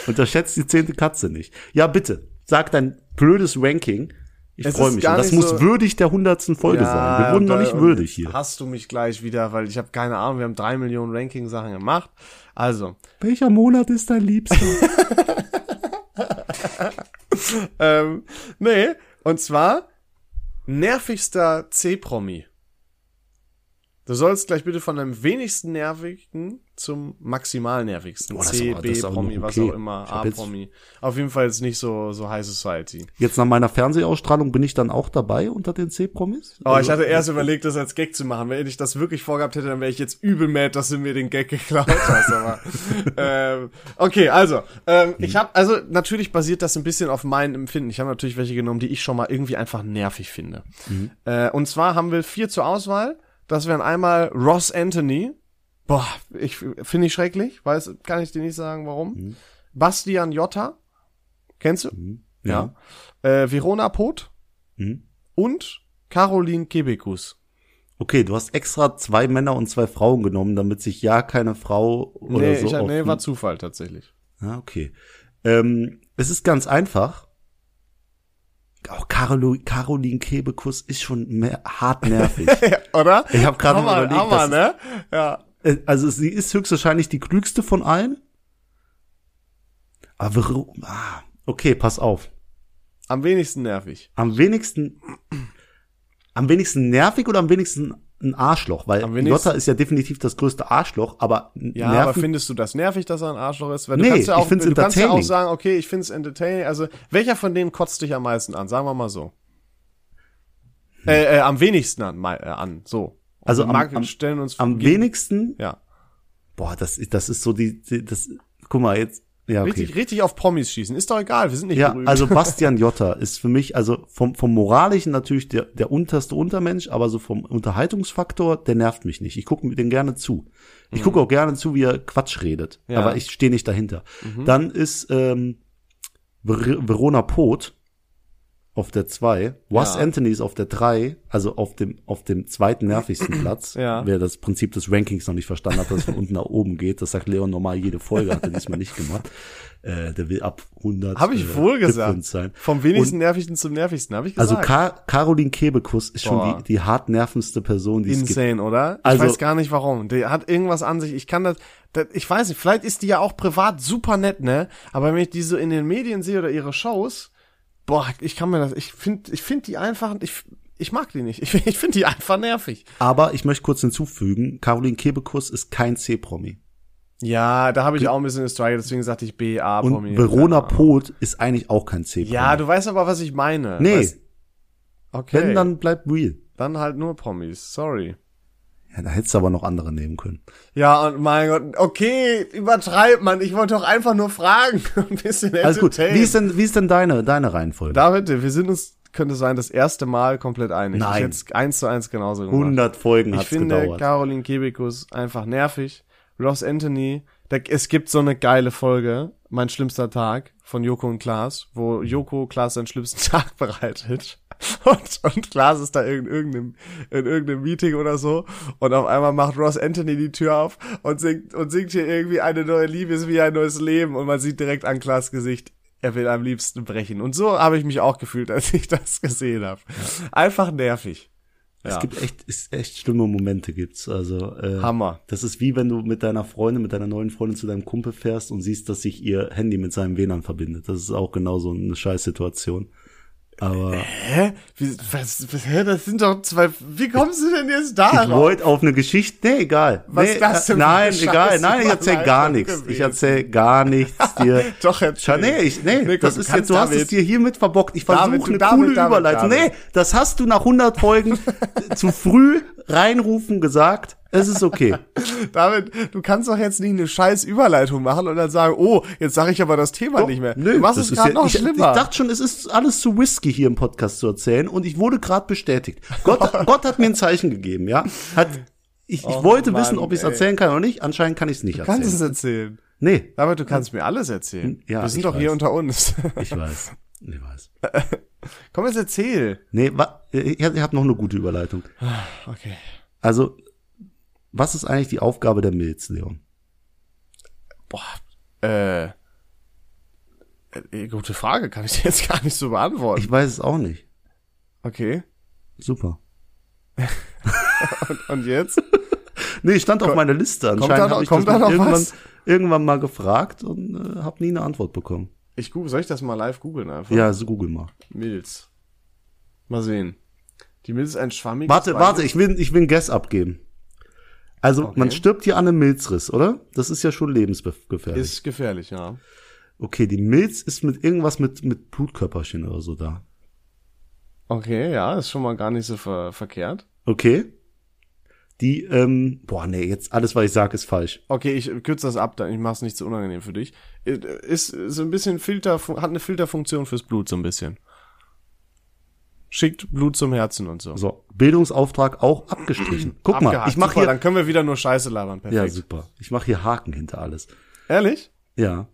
Unterschätzt die zehnte Katze nicht. Ja, bitte, sag dein blödes Ranking Ich
Es
freue
ist
mich.
gar
Und das
nicht
muss
so-
würdig der hundertsten Folge sein. Wir wurden noch
da-
nicht würdig hier.
Hast du mich gleich wieder, weil ich habe keine Ahnung, wir haben drei Millionen Ranking-Sachen gemacht. Also,
Welcher Monat ist dein Liebster?
ähm, nee, und zwar nervigster C-Promi. Du sollst gleich bitte von deinem wenigsten nervigsten zum maximal nervigsten.
Oh, das ist
C,
aber- das
B,
ist aber
Promi,
noch
was
okay.
auch immer,
Ich hab jetzt-
A-Promi. Auf jeden Fall jetzt nicht so, so High Society.
Jetzt nach meiner Fernsehausstrahlung bin ich dann auch dabei unter den C-Promis? Also,
Oh, ich hatte erst überlegt, das als Gag zu machen. Wenn ich das wirklich vorgehabt hätte, dann wäre ich jetzt übel mad, dass du mir den Gag geklaut hast. Aber, ähm, okay, also ähm, ich habe, also natürlich basiert das ein bisschen auf meinen Empfinden. Ich habe natürlich welche genommen, die ich schon mal irgendwie einfach nervig finde. Äh, und zwar haben wir vier zur Auswahl. Das wären einmal Ross Anthony. Boah, ich finde ich schrecklich. Weiß, kann ich dir nicht sagen, warum. Bastian Jotta. Kennst du?
ja.
Äh, Verona Poth
Mhm.
und Caroline Kebekus.
Okay, du hast extra zwei Männer und zwei Frauen genommen, damit sich ja keine Frau oder
Nee,
so. hm.
ich,
auf-
nee, war Zufall tatsächlich.
ah, okay. Ähm, es ist ganz einfach. Auch Carolo, Caroline Kebekus ist schon mehr, hart nervig.
Oder?
Ich hab gerade
Hammer,
überlegt,
Hammer,
das
ne? Ja.
Äh, also sie ist höchstwahrscheinlich die klügste von allen. Aber warum? Ah, okay, pass auf.
Am wenigsten nervig.
Am wenigsten, am wenigsten nervig oder am wenigsten ein Arschloch? Weil
Am wenigsten-
Lotta ist ja definitiv das größte Arschloch, aber
Ja, aber
nervig.
findest du das nervig, dass er ein Arschloch ist? Weil
Nee,
du kannst ja
ich
auch,
find's
du kannst ja auch
entertaining.
sagen, okay, ich find's entertaining. Also, welcher von denen kotzt dich am meisten an? Sagen wir mal so. Äh, äh, am wenigsten an, mei- äh, an so. Und
Hm. Also
wir
am-
mag-
am-
stellen uns
am
gegen-
wenigsten,
Ja.
boah, das, ist- das ist so die, die das, guck mal, jetzt, ja, okay.
Richtig, richtig auf Promis schießen. Ist doch egal, wir sind nicht
Ja,
berühmt.
also Bastian Jotta ist für mich, also vom, vom Moralischen natürlich der, der unterste Untermensch, aber so vom Unterhaltungsfaktor, der nervt mich nicht. Ich gucke mir den gerne zu. Ich gucke auch gerne zu, wie er Quatsch redet,
Mhm. Ja. Mhm.
aber ich stehe nicht dahinter. Dann ist ähm, Ver Verona Poth auf der zwei, Was
Ja.
Anthony ist auf der drei, also auf dem, auf dem zweiten nervigsten Platz.
Ja.
Wer das Prinzip des Rankings noch nicht verstanden hat, dass es von unten nach oben geht, das sagt Leon normal jede Folge, hat er diesmal nicht gemacht. Äh, der will ab 100
Habe ich
äh,
wohl gesagt.
different sein.
Vom wenigsten nervigsten zum nervigsten, habe ich gesagt.
Also Ka Caroline Kebekus ist schon
Boah.
die, die hart nervendste Person, die es gibt.
Insane, oder? Ich
Also-
weiß gar nicht warum. Der hat irgendwas an sich. Ich kann das, das, ich weiß nicht, vielleicht ist die ja auch privat super nett, ne? Aber wenn ich die so in den Medien sehe oder ihre Shows, boah, ich kann mir das, ich finde ich find die einfach, ich, ich mag die nicht. Ich, ich finde die einfach nervig.
Aber ich möchte kurz hinzufügen, Caroline Kebekus ist kein C-Promi.
Ja, da habe ich auch ein bisschen eine Strike, deswegen sagte ich BA
Und Verona Poth ist eigentlich auch kein C-Promi.
Ja, du weißt aber, was ich meine.
nee,
Weißt, okay.
wenn, dann bleibt real.
dann halt nur Promis, sorry.
Ja, da hättest du aber noch andere nehmen können.
Ja, und mein Gott, okay, übertreibt man. Ich wollte doch einfach nur fragen. Ein bisschen
Alles gut.
entertain.
Wie ist denn, wie ist denn deine, deine Reihenfolge?
David, wir sind uns, könnte sein, das erste Mal komplett einig.
Nein.
Ich hätte eins zu eins genauso gemacht.
100 Folgen
ich
hat's
finde
gedauert.
Caroline Kebekus einfach nervig. Ross Anthony, da, es gibt so eine geile Folge, Mein schlimmster Tag von Joko und Klaas, wo Joko Klaas seinen schlimmsten Tag bereitet. Und, und Klaas ist da in irgendeinem, in irgendeinem Meeting oder so und auf einmal macht Ross Anthony die Tür auf und singt, und singt hier irgendwie eine neue Liebe ist wie ein neues Leben und man sieht direkt an Klaas Gesicht, er will am liebsten brechen. Und so habe ich mich auch gefühlt, als ich das gesehen habe. Einfach nervig.
Es gibt echt, ist echt schlimme Momente gibt's. Also, äh,
Hammer.
Das ist wie wenn du mit deiner Freundin, mit deiner neuen Freundin zu deinem Kumpel fährst und siehst, dass sich ihr Handy mit seinem WLAN verbindet. Das ist auch genau so eine Scheißsituation. Aber
Hä? Wie, was, was, hä? Das sind doch zwei. Wie kommst du denn jetzt da
ich wollte auf eine Geschichte. Nee, egal.
Was
nee,
ist das
äh,
denn für eine
Nein,
Scheiße-
egal. Nein, ich erzähl gar
Überleitung
nichts. Ich
gewesen?
erzähl gar nichts dir.
Doch, erzähl.
Scha- Nee, ich, nee,
Nee, komm,
das
du
ist
kannst
jetzt, du hast
damit.
es dir hiermit verbockt. Ich versuche
Damit,
eine
du- damit,
coole
damit,
Überleitung.
damit.
Nee, das hast du nach 100 Folgen zu früh reinrufen gesagt. Es ist okay.
David, du kannst doch jetzt nicht eine scheiß Überleitung machen und dann sagen, oh, jetzt sage ich aber das Thema nicht mehr.
Nö,
du machst
das
es
ist
gerade
ja-
noch
ich,
schlimmer.
Ich dachte schon, es ist alles zu Whisky hier im Podcast zu erzählen und ich wurde gerade bestätigt. Gott, Gott hat mir ein Zeichen gegeben, ja. Hat, ich, ich
Oh
wollte
Mann,
wissen, ob ich es
ey.
erzählen kann oder nicht. Anscheinend kann ich es nicht
du kannst
erzählen.
es erzählen.
Nee,
David, du kannst mir alles erzählen.
Hm, Ja,
Wir sind
ich
doch hier
weiß.
unter uns.
ich weiß. Ich weiß.
Komm, jetzt erzähl.
Nee, wa, ich, ich habe noch eine gute Überleitung.
Okay.
Also, was ist eigentlich die Aufgabe der Milz, Leon?
Boah. Äh. äh, Gute Frage, kann ich dir jetzt gar nicht so beantworten.
Ich weiß es auch nicht.
Okay.
Super.
Und, und jetzt?
Nee, stand auf meiner Liste.
da
Anscheinend
noch-
habe ich
kommt
das
da noch
irgendwann,
was?
irgendwann mal gefragt und äh, habe nie eine Antwort bekommen.
Ich google, soll ich das mal live googeln einfach?
Ja, so google mal.
Milz. Mal sehen. Die Milz ist ein schwammiges
Warte,
Weib-
warte, ich will, ich will einen Guess abgeben. Also, man stirbt hier an einem Milzriss, oder? Das ist ja schon lebensgefährlich.
Ist gefährlich, ja.
okay, die Milz ist mit irgendwas mit, mit Blutkörperchen oder so da.
Okay, ja, ist schon mal gar nicht so ver verkehrt.
Okay. Die, ähm, boah, nee, jetzt alles, was ich sage, ist falsch.
Okay, ich kürze das ab, dann ich mach's nicht so unangenehm für dich. Äh, Ist so ein bisschen Filter, hat eine Filterfunktion fürs Blut so ein bisschen. Schickt Blut zum Herzen und so.
So, Bildungsauftrag auch abgestrichen. Guck mal,
Abgehakt.
ich mache
Super,
hier.
dann können wir wieder nur Scheiße labern.
Ja,
Perfekt.
super. Ich mache hier Haken hinter alles.
Ehrlich?
Ja.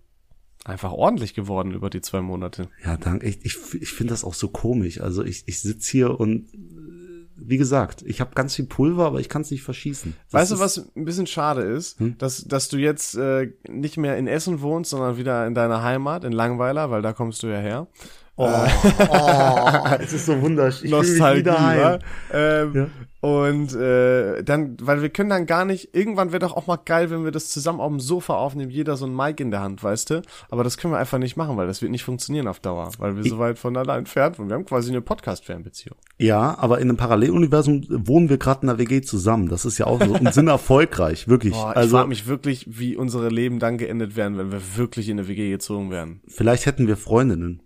Einfach ordentlich geworden über die zwei Monate.
Ja, danke. Ich, ich, ich finde das auch so komisch. Also ich, ich sitze hier und äh, wie gesagt, ich habe ganz viel Pulver, aber ich kann es nicht verschießen. Das
weißt du,
ist- Hm?
was ein bisschen schade ist? Dass, dass du jetzt äh, nicht mehr in Essen wohnst, sondern wieder in deiner Heimat, in Langweiler, weil da kommst du ja her. Äh,
Oh, es ist so wunderschön. Ich fühl mich
Nostalgie.
wieder heim.
wa? Ähm, Und äh, dann, weil wir können dann gar nicht, irgendwann wäre doch auch mal geil, wenn wir das zusammen auf dem Sofa aufnehmen, jeder so ein Mic in der Hand, weißt du? Aber das können wir einfach nicht machen, weil das wird nicht funktionieren auf Dauer, weil wir so weit voneinander entfernt sind. Wir haben quasi eine Podcast-Fernbeziehung.
Ja, aber in einem Paralleluniversum wohnen wir gerade in einer WG zusammen. Das ist ja auch so und sind erfolgreich, wirklich.
Boah, ich
also
frage mich wirklich, wie unsere Leben dann geendet wären, wenn wir wirklich in eine WG gezogen wären.
vielleicht hätten wir Freundinnen.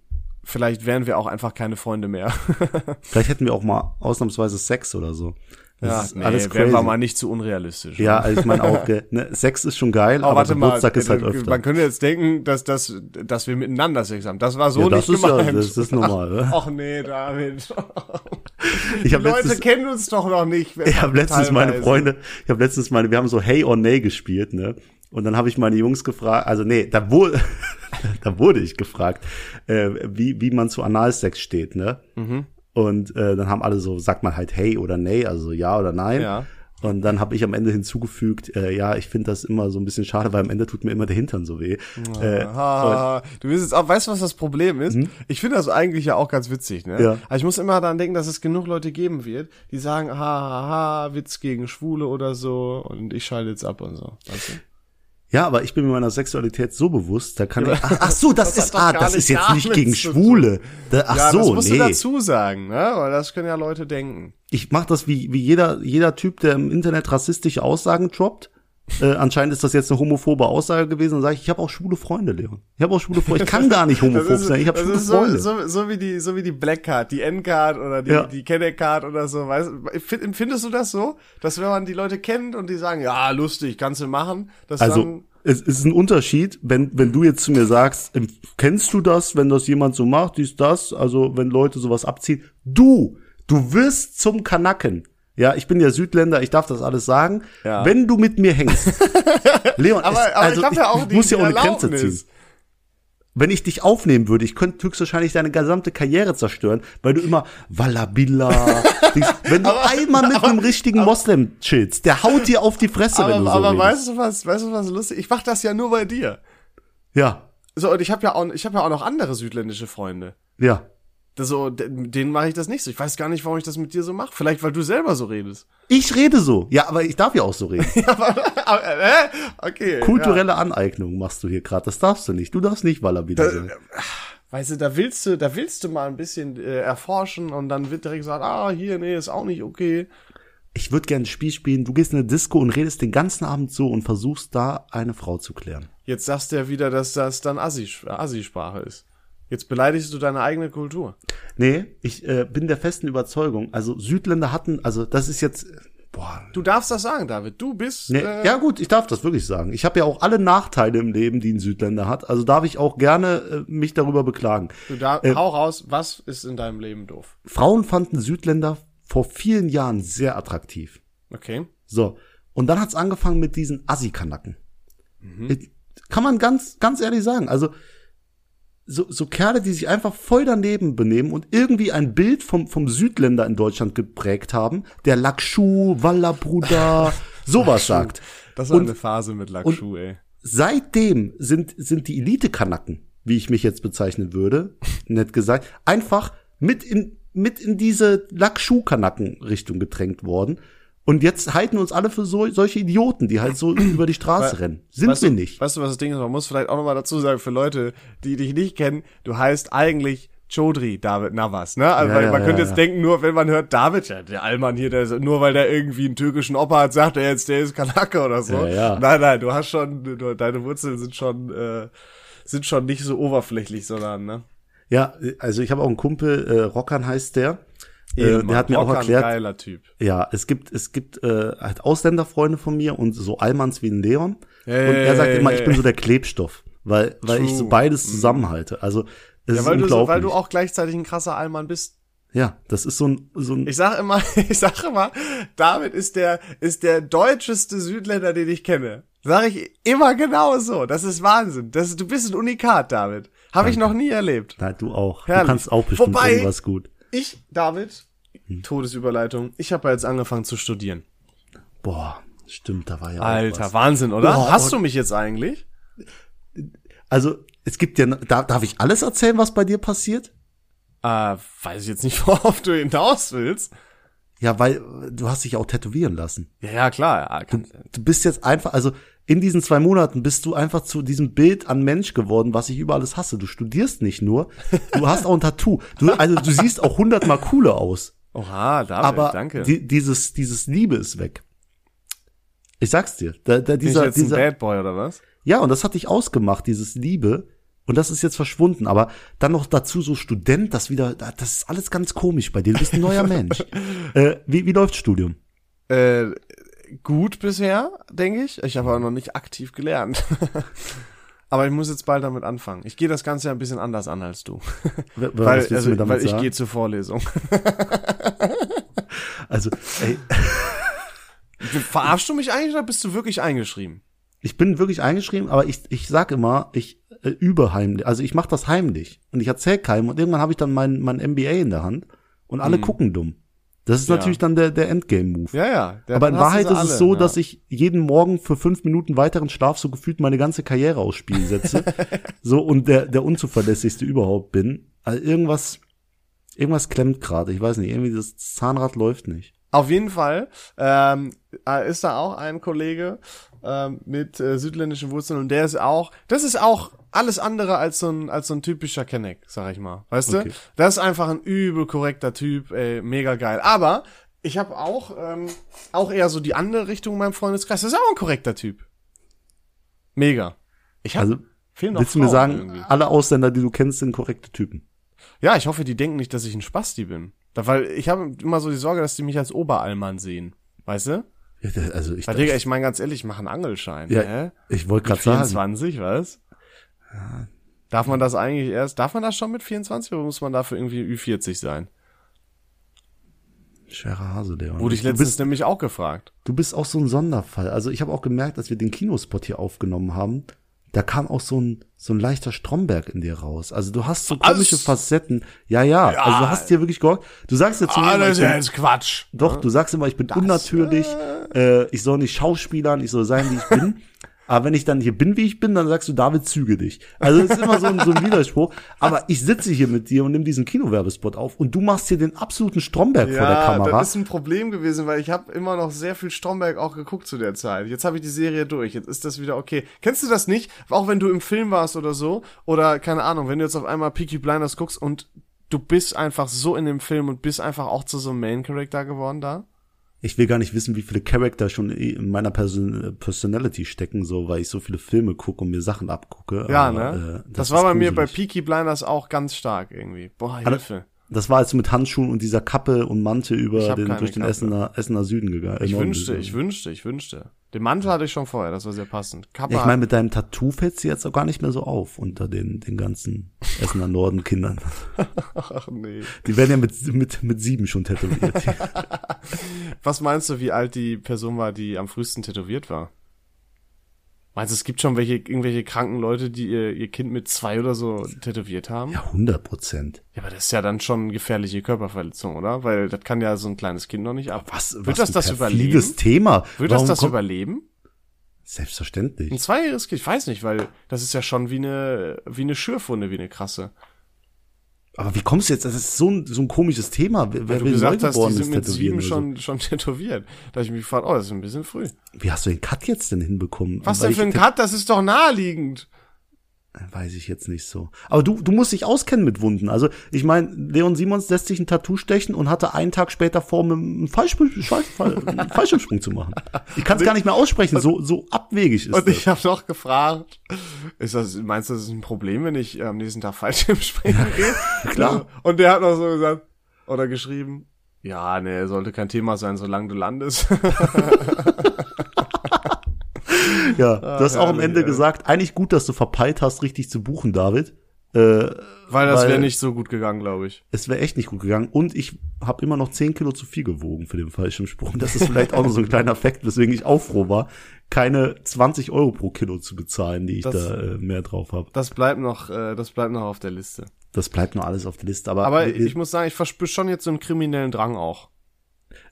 Vielleicht wären wir auch einfach keine Freunde mehr.
Vielleicht hätten wir auch mal ausnahmsweise Sex oder so. Das ist alles
wären
crazy.
wir mal nicht zu unrealistisch.
ja, also ich meine auch, gell, ne, Sex ist schon geil,
Aber
aber
Oh, warte mal,
Geburtstag ist halt
äh,
öfter.
man könnte jetzt denken, dass, dass, dass wir miteinander Sex haben. Das war so
ja, das
nicht
ist
gemeint.
ja, das ist normal. ne? Oder?
Och nee, David.
Ich
Die
habe
Leute
letztens
kennen uns doch noch nicht.
Ich habe letztens meine
teilweise.
Freunde, ich habe letztens meine, wir haben so Hey or Nay gespielt, ne? Und dann habe ich meine Jungs gefragt, also nee, da wurde, da wurde ich gefragt, äh, wie, wie man zu Analsex steht, ne?
Mhm.
Und äh, dann haben alle so, sagt man halt Hey oder Nay, also ja oder nein.
Ja.
Und dann habe ich am Ende hinzugefügt, äh, ja, ich finde das immer so ein bisschen schade, weil am Ende tut mir immer der Hintern so weh. Äh, Hm?
Ah, du bist jetzt auch, weißt du, was das Problem ist? Ich finde das eigentlich ja auch ganz witzig, ne?
Ja.
Aber ich muss immer daran denken, dass es genug Leute geben wird, die sagen, ha, ha, ha, Witz gegen Schwule oder so und ich schalte jetzt ab und so. Weißt du?
Ja, aber ich bin mir meiner Sexualität so bewusst, da kann ich. Ach, ach so, das,
hat
ist
doch
ah,
gar
das ist
nicht
jetzt nicht
damit
gegen
zu
Schwule. Da, ach
ja,
so,
das musst
nee.
du dazu sagen, ne? Weil das können ja Leute denken.
ich mache das wie, wie jeder, jeder Typ, der im Internet rassistische Aussagen droppt. Äh, anscheinend ist das jetzt eine homophobe Aussage gewesen. Dann sage ich, ich habe auch schwule Freunde, Leon. Ich habe auch schwule Freunde. Ich kann gar nicht homophob sein. Ich habe
das
schwule
ist so,
Freunde.
so, so wie die, so wie die Black Card, die N Card oder die,
Ja.
die Kenne Card oder so. Weißt, empf- empfindest du das so, dass wenn man die Leute kennt und die sagen, ja lustig, kannst du machen, dass
also
dann
es ist ein Unterschied, wenn, wenn du jetzt zu mir sagst, ähm, kennst du das, wenn das jemand so macht, dies, das, also wenn Leute sowas abziehen. Du, du wirst zum Kanacken. Ja, ich bin ja Südländer, ich darf das alles sagen.
Ja.
Wenn du mit mir hängst. Leon,
Aber-
es,
aber
also
ich hab ja auch die-
muss ja
die
ohne Grenze
Erlaubnis.
ziehen. Wenn ich dich aufnehmen würde, ich könnte höchstwahrscheinlich deine gesamte Karriere zerstören, weil du immer Wallabilla. denkst. wenn du einmal mit einem richtigen Moslem chillst, der haut dir auf die Fresse, wenn du so
aber, aber
redest.
weißt du was, weißt du was lustig? Ich mach das ja nur bei dir.
ja,
So und ich habe ja auch, ich habe ja auch noch andere südländische Freunde.
ja.
Das So, d- denen mache ich das nicht so. Ich weiß gar nicht, warum ich das mit dir so mache. Vielleicht, weil du selber so redest.
Ich rede so. Ja, aber ich darf ja auch so reden.
Aber, äh, okay. ja.
Kulturelle Aneignung machst du hier gerade. Das darfst du nicht. Du darfst nicht Wallabida sein.
Weißt du, da willst du, da willst du mal ein bisschen äh, erforschen und dann wird direkt gesagt, ah, hier, nee, ist auch nicht okay.
Ich würde gerne ein Spiel spielen. Du gehst in eine Disco und redest den ganzen Abend so und versuchst da eine Frau zu klären.
Jetzt sagst du ja wieder, dass das dann Assi- Assi-Sprache ist. Jetzt beleidigst du deine eigene Kultur.
Nee, ich äh, bin der festen Überzeugung. Also Südländer hatten, also das ist jetzt, boah.
Du darfst das sagen, David. Du bist.
Nee,
äh,
ja gut, ich darf das wirklich sagen. Ich habe ja auch alle Nachteile im Leben, die ein Südländer hat. Also darf ich auch gerne äh, mich darüber beklagen.
du da,
Äh.
hau raus, was ist in deinem Leben doof?
Frauen fanden Südländer vor vielen Jahren sehr attraktiv.
Okay.
So. Und dann hat's angefangen mit diesen Assi-Kanacken. Ich- Kann man ganz, ganz ehrlich sagen. Also, so, so Kerle, die sich einfach voll daneben benehmen und irgendwie ein Bild vom, vom Südländer in Deutschland geprägt haben, der Lakshu, Wallabruder, sowas sagt.
Das war eine Phase mit Lackschuh, ey.
Seitdem sind, sind die Elite-Kanacken, wie ich mich jetzt bezeichnen würde, nett gesagt, einfach mit in, mit in diese Lackschuhkanacken-Richtung gedrängt worden. Und jetzt halten uns alle für so, solche Idioten, die halt so über die Straße
Weil-
rennen. Sind
weißt
wir
du,
nicht.
Weißt du, was das Ding ist? Man muss vielleicht auch nochmal dazu sagen, für Leute, die dich nicht kennen, du heißt eigentlich Chodri David Navas, ne? Also
Ja,
weil
ja,
man
ja,
könnte
ja.
jetzt denken, nur wenn man hört David, ja, der Allmann hier, der, ist- nur weil der irgendwie einen türkischen Opa hat, sagt er jetzt, der ist Kanake oder so.
Ja, ja.
Nein, nein, du hast schon, du, deine Wurzeln sind schon, äh, sind schon nicht so oberflächlich, sondern, ne?
Ja, also ich habe auch einen Kumpel, äh, Rockern heißt der. Äh,
Edelmann,
der hat mir auch
Rocker, ein
erklärt,
Geiler Typ.
Ja, es gibt, es gibt äh, halt Ausländerfreunde von mir und so Allmanns wie ein Leon.
ja,
und er
ja,
sagt
ja,
immer,
ja,
ich bin
ja.
so der Klebstoff, weil, weil ich so
True. Mhm.
beides zusammenhalte. Also es
Ja,
ist
weil du,
unglaublich.
so, weil du auch gleichzeitig ein krasser Allmann bist.
ja, das ist so ein, so ein
Ich sag immer, ich sag immer, David ist der, ist der deutscheste Südländer, den ich kenne. Sag ich immer genau so. Das ist Wahnsinn. Das ist, du bist ein Unikat, David. Habe ich noch nie erlebt.
Nein, du auch. Du
Herrlich.
kannst auch bestimmt
Wobei-
irgendwas gut.
Ich, David, Hm. Todesüberleitung, ich habe ja jetzt angefangen zu studieren.
Boah, stimmt, da war ja auch
Alter,
was.
Wahnsinn, oder?
Boah,
Hast du mich jetzt eigentlich?
Also, es gibt ja, darf, darf ich alles erzählen, was bei dir passiert?
Äh, weiß ich jetzt nicht, worauf du hinaus willst.
Ja, weil äh, du hast dich auch tätowieren lassen.
Ja, ja, klar. ja, kann-
du bist jetzt einfach, also in diesen zwei Monaten bist du einfach zu diesem Bild an Mensch geworden, was ich über alles hasse. Du studierst nicht nur, du hast auch ein Tattoo. Du, also du siehst auch hundertmal cooler aus.
Oha, David,
Aber
danke.
die, dieses, dieses Liebe ist weg. Ich sag's dir. Da, da,
Bin ich
dieser,
jetzt ein
dieser,
Bad Boy oder was?
ja, und das hat dich ausgemacht, dieses Liebe. Und das ist jetzt verschwunden. Aber dann noch dazu so Student, das wieder, das ist alles ganz komisch bei dir. Du bist ein neuer Mensch. Äh, wie, wie läuft Studium?
Äh, gut bisher, denke ich. Ich habe aber noch nicht aktiv gelernt. aber ich muss jetzt bald damit anfangen. Ich gehe das Ganze ja ein bisschen anders an als du.
W- w-
Weil,
was willst du mir
also,
damit
weil ich
sagen?
gehe zur Vorlesung.
Also, ey,
Verarschst du mich eigentlich oder bist du wirklich eingeschrieben?
Ich bin wirklich eingeschrieben, aber ich, ich sag immer, ich äh, übe heimlich. Also ich mache das heimlich und ich erzähl keinem und irgendwann habe ich dann mein, mein MBA in der Hand und alle gucken dumm. Das ist
Mhm. Ja.
natürlich dann der, der Endgame-Move.
Ja, ja. Der-
aber in
dann hast du
Wahrheit
sie
ist
alle,
es so,
ja.
dass ich jeden Morgen für fünf Minuten weiteren Schlaf so gefühlt meine ganze Karriere aufs Spiel setze. so und der, der unzuverlässigste überhaupt bin. Also irgendwas, irgendwas klemmt gerade. Ich weiß nicht, irgendwie das Zahnrad läuft nicht.
Auf jeden Fall ähm, äh, ist da auch ein Kollege ähm, mit äh, südländischen Wurzeln und der ist auch, das ist auch alles andere als so ein, als so ein typischer Kenneck, sag ich mal. Weißt
Okay.
du? Das ist einfach ein übel korrekter Typ, ey, mega geil. Aber ich habe auch, ähm, auch eher so die andere Richtung in meinem Freundeskreis. Das ist auch ein korrekter Typ. Mega. Ich hab,
Also
fehlen noch
willst du mir
Frauen
sagen,
irgendwie.
alle Ausländer, die du kennst, sind korrekte Typen?
Ja, ich hoffe, die denken nicht, dass ich ein Spasti bin. Da, weil ich habe immer so die Sorge, dass die mich als Oberallmann sehen. Weißt du?
Ja, das- Also ich,
Weil, Digga, ich meine ganz ehrlich, ich mache einen Angelschein.
Ja,
hä?
ich wollte gerade sagen.
24, was? Darf man das eigentlich erst, darf man das schon mit 24 oder muss man dafür irgendwie Ü40 sein?
Scherer Hase, Leon.
Wurde ich
du,
letztens
bist,
nämlich auch gefragt.
du bist auch so ein Sonderfall. Also ich habe auch gemerkt, als wir den Kinospot hier aufgenommen haben, da kam auch so ein, so ein leichter Stromberg in dir raus. Also du hast so komische
Alles-
Facetten. Ja, ja, Also du hast dir wirklich gehockt. Du sagst jetzt zu
Ah,
mir, immer, ich bin,
jetzt Quatsch.
doch, du sagst immer, ich bin unnatürlich, äh, ich soll nicht schauspielern, ich soll sein, wie ich bin. Aber wenn ich dann hier bin, wie ich bin, dann sagst du, David, züge dich. Also es ist immer so ein, so ein Widerspruch. Aber ich sitze hier mit dir und nimm diesen Kinowerbespot auf und du machst hier den absoluten Stromberg vor der
Ja,
Kamera.
das ist ein Problem gewesen, weil ich habe immer noch sehr viel Stromberg auch geguckt zu der Zeit. Jetzt habe ich die Serie durch, jetzt ist das wieder okay. Kennst du das nicht? Auch wenn du im Film warst oder so, oder keine Ahnung, wenn du jetzt auf einmal Peaky Blinders guckst und du bist einfach so in dem Film und bist einfach auch zu so einem Main-Character geworden da?
Ich will gar nicht wissen, wie viele Charakter schon in meiner Person äh, Personality stecken, so weil ich so viele Filme gucke und mir Sachen abgucke.
Ja,
aber,
ne?
äh,
das
ist
war bei mir bei
gruselig.
Peaky Blinders auch ganz stark irgendwie. Boah, Hilfe.
Das war jetzt mit Handschuhen und dieser Kappe und Mantel über
hab
den,
keine
durch den
Kappe.
Essener, Essener Süden äh, gegangen.
Ich wünschte, ich wünschte, ich wünschte. Den Mantel hatte ich schon vorher, das war sehr passend. Kappa,
Ja, ich meine, mit deinem Tattoo fällt sie jetzt auch gar nicht mehr so auf unter den, den ganzen Essener Norden-Kindern.
ach nee.
Die werden ja mit, mit, mit sieben schon tätowiert.
Was meinst du, wie alt die Person war, die am frühesten tätowiert war? Meinst du, es gibt schon welche, irgendwelche kranken Leute, die ihr, ihr Kind mit zwei oder so tätowiert haben? Ja.
ja, 100 Prozent.
aber das ist ja dann schon eine gefährliche Körperverletzung, oder? Weil das kann ja so ein kleines Kind noch nicht ab.
Was,
Wird
was
das
ein
das
perfides
überleben?
Thema.
Wird das
Warum
das
kommt-
überleben? Ein
Selbstverständlich.
zweijähriges Kind, ich weiß nicht, weil das ist ja schon wie eine, wie eine Schürfwunde, wie eine krasse.
Aber wie kommst du jetzt? Das ist so ein, so ein komisches Thema. Wer
Weil
wer
du
will
gesagt hast, die
Neugeborenes
sind mit
tätowieren?
sieben
oder So?
schon, schon tätowiert. Da hab ich mich gefragt, oh, das ist ein bisschen früh.
Wie hast du den Cut jetzt denn hinbekommen?
Was
Weil
denn für ein
ich-
Cut? Das ist doch naheliegend.
Weiß ich jetzt nicht so. Aber du, du musst dich auskennen mit Wunden. Also, ich meine, Leon Simons lässt sich ein Tattoo stechen und hatte einen Tag später vor, mit einem Fallschirm- Fall- Fall- einen Fallschirmsprung zu machen. Ich kann es gar nicht mehr aussprechen, so, so abwegig ist
Und
das.
ich habe noch gefragt, ist das, meinst du, das ist ein Problem, wenn ich äh, am nächsten Tag Fallschirm springen gehe?
klar.
Und der hat noch so gesagt, oder geschrieben, ja, nee, sollte kein Thema sein, solange du landest.
Ja, du hast auch am
Ah, herrlich,
Ende
ey.
gesagt, eigentlich gut, dass du verpeilt hast, richtig zu buchen, David. Äh,
Weil das
Weil-
wäre nicht so gut gegangen, glaube ich.
es wäre echt nicht gut gegangen. Und ich habe immer noch 10 Kilo zu viel gewogen für den Fallschirmsprung. Das ist vielleicht auch noch so ein kleiner Fakt, weswegen ich auch froh war, keine 20 Euro pro Kilo zu bezahlen, die ich
Das-
da äh, mehr drauf habe.
Das bleibt noch, äh, das bleibt noch auf der Liste.
Das bleibt nur alles auf der Liste. Aber,
Aber
wir-
ich muss sagen, ich verspüre schon jetzt so einen kriminellen Drang auch.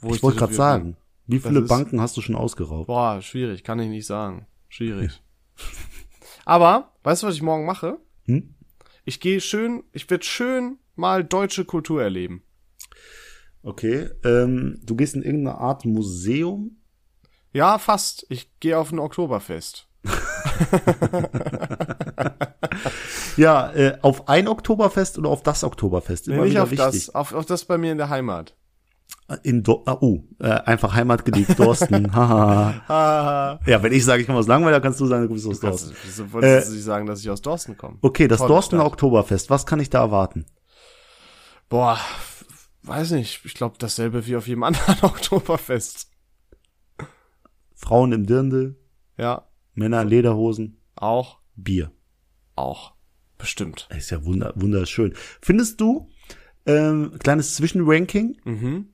Wo
ich wollte
tätowiert
gerade
bin.
sagen, wie viele
ist-
Banken hast du schon ausgeraubt?
Boah, schwierig, kann ich nicht sagen. Schwierig. Aber, weißt du, was ich morgen mache?
Hm?
Ich gehe schön, ich werde schön mal deutsche Kultur erleben.
Okay, ähm, du gehst in irgendeine Art Museum.
Ja, fast. Ich gehe auf ein Oktoberfest.
Ja, äh, auf ein Oktoberfest oder auf das Oktoberfest?
Nee,
Immer
nicht
wieder
auf
wichtig.
das, auf, auf das bei mir in der Heimat.
In Do ah, oh, äh, einfach Heimatgelieb Dorsten. Haha.
Ah,
ja, wenn ich sage, ich komme aus Langweiler, kannst du sagen, du kommst aus
kannst
Dorsten.
du, wieso wolltest du nicht sagen, dass ich aus Dorsten komme?
Äh, Okay, das
Tolle
Dorstener
Stadt.
Oktoberfest, was kann ich da erwarten?
Boah, weiß nicht. Ich glaube, dasselbe wie auf jedem anderen Oktoberfest.
Frauen im Dirndl,
Ja,
Männer in Lederhosen,
auch,
Bier.
auch. Bestimmt.
Ist ja wunder wunderschön. Findest du, ähm, kleines Zwischenranking,
Mhm.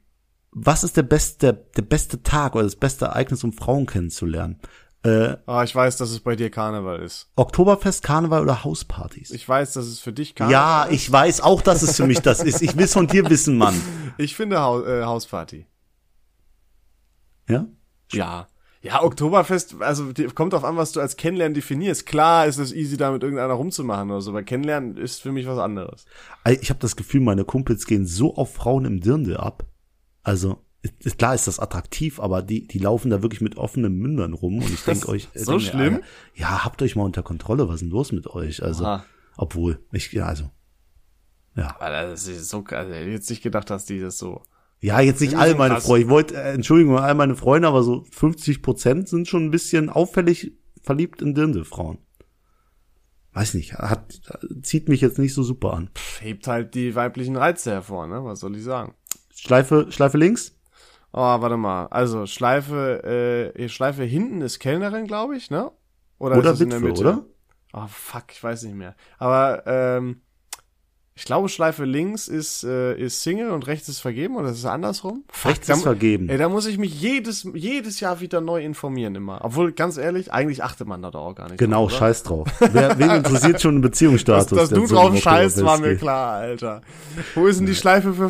was ist der beste, der beste Tag oder das beste Ereignis, um Frauen kennenzulernen? Äh,
Ah, ich weiß, dass es bei dir Karneval ist.
Oktoberfest, Karneval oder Hauspartys?
Ich weiß, dass es für dich Karneval
ja, ich weiß auch, dass es für mich das ist. Ich will's von dir wissen, Mann.
Ich finde Haus, äh, Hausparty.
Ja?
Ja. Ja, Oktoberfest, also die- kommt drauf an, was du als Kennenlernen definierst. Klar ist es easy, da mit irgendeiner rumzumachen oder so, aber Kennenlernen ist für mich was anderes.
Ey, Ich habe das Gefühl, meine Kumpels gehen so auf Frauen im Dirndl ab. Also, ist, klar ist das attraktiv, aber die, die laufen da wirklich mit offenen Mündern rum und ich denk euch. denk
so
mir,
schlimm?
Alter, ja, habt euch mal unter Kontrolle, was ist denn los mit euch? Also,
Aha.
obwohl, ich, ja, also. Ja.
Weil das ist so, also ich hätte jetzt nicht gedacht, dass die das so.
Ja, jetzt nicht
Irgendwie
all
so
meine
krass.
Freunde. Ich wollte, äh, Entschuldigung, all meine Freunde, aber so 50 Prozent sind schon ein bisschen auffällig verliebt in Dirndl-Frauen. Weiß nicht, hat, zieht mich jetzt nicht so super an.
Pff, hebt halt die weiblichen Reize hervor, ne? Was soll ich sagen?
Schleife, Schleife links?
Oh, warte mal. Also, Schleife, äh, Schleife hinten ist Kellnerin, glaube ich, ne?
Oder
ist es in der
Witwe,
Mitte?
oder?
Oh, fuck, ich weiß nicht mehr. Aber ähm, ich glaube, Schleife links ist, äh, ist Single und rechts ist vergeben oder ist es andersrum? Fuck,
Rechts ist
da mu-
vergeben.
Ey, da muss ich mich jedes, jedes Jahr wieder neu informieren immer. Obwohl, ganz ehrlich, eigentlich achtet man da doch auch gar nicht.
Genau,
drauf, oder?
scheiß drauf. Wer, wen interessiert schon ein
Dass,
Beziehungsstatus?
dass
der
du
zu
drauf
einem
scheißt, war
Oktoberfest
mir
geht?
klar, Alter. Wo ist denn die Schleife für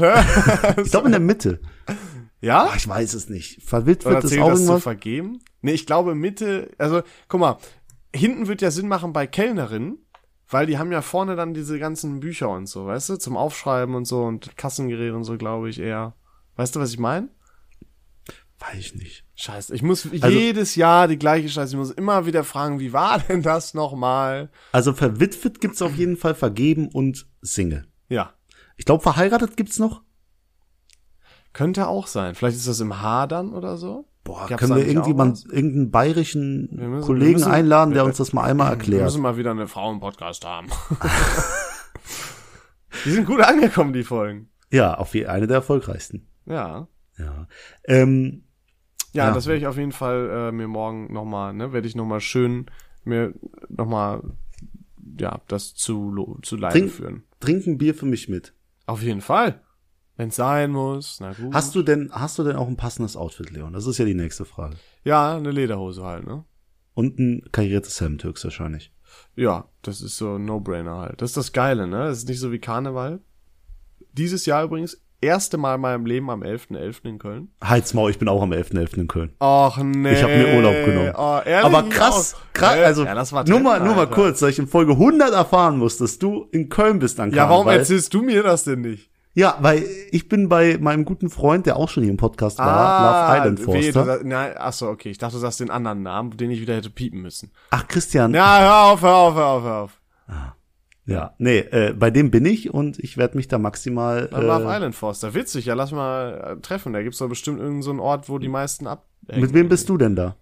hä?
Ich glaube in der Mitte.
ja?
Ach, ich weiß es nicht. Verwitwet
Oder
ist
zählt
auch
das zu
irgendwas.
vergeben? Nee, ich glaube Mitte, also guck mal, hinten wird ja Sinn machen bei Kellnerinnen, weil die haben ja vorne dann diese ganzen Bücher und so, weißt du, zum Aufschreiben und so und Kassengerät und so, glaube ich eher. Weißt du, was ich meine?
Weiß ich nicht.
Scheiße, ich muss
Also
jedes Jahr die gleiche Scheiße, ich muss immer wieder fragen, wie war denn das nochmal?
Also verwitwet gibt's auf jeden Fall vergeben und Single.
Ja,
Ich glaube, verheiratet gibt's noch.
könnte auch sein. Vielleicht ist das im Haar dann oder so.
Boah,
Gab's
können
da
wir
nicht auch
irgendjemanden,
was?
irgendeinen bayerischen
müssen-
Kollegen
wir müssen-
einladen, der uns das mal einmal
Wir
erklärt?
müssen mal wieder eine Frau im Podcast haben. die sind gut angekommen, die Folgen.
Ja, auf jeden eine der erfolgreichsten.
Ja.
Ja. Ähm,
Ja,
Ja.
das werde ich auf jeden Fall äh, mir morgen nochmal, ne, werde ich nochmal schön mir nochmal, ja, das zu, lo- zu Leide
Trink-
führen.
trink ein Bier für mich mit.
Auf jeden Fall. wenn's sein muss, na gut.
Hast du denn, hast du denn auch ein passendes Outfit, Leon? Das ist ja die nächste Frage.
ja, eine Lederhose halt, ne?
Und ein kariertes Hemd höchstwahrscheinlich.
Ja, das ist so ein No-Brainer halt. Das ist das Geile, ne? Das ist nicht so wie Karneval. Dieses Jahr übrigens erste Mal in meinem Leben am 11.11. in Köln.
Halsmaul, ich bin auch am 11.11. in Köln.
Och nee.
Ich habe mir Urlaub genommen.
Oh, ehrlich?
Aber krass,
Auch?
krass,
Ja,
also
ja, das war
nur
Treppen,
mal, nur mal
Alter.
kurz, dass ich in Folge 100 erfahren musste, dass du in Köln bist an
Ja, warum
Karneval.
erzählst du mir das denn nicht?
Ja, weil ich bin bei meinem guten Freund, der auch schon hier im Podcast war, Love Island
weh, Ah, du
Forster.
sag- nein, achso, okay. Ich dachte, du sagst den anderen Namen, den ich wieder hätte piepen müssen.
Ach, Christian, ja,
Ja, hör auf, hör auf, hör auf, hör auf.
nee, äh, bei dem bin ich und ich werde mich da maximal
Äh, Love
äh,
Island Forster. Witzig, ja, lass mal äh, treffen. Da gibt's doch bestimmt irgendeinen so einen Ort, wo die meisten ab. äh,
Mit wem bist du denn da?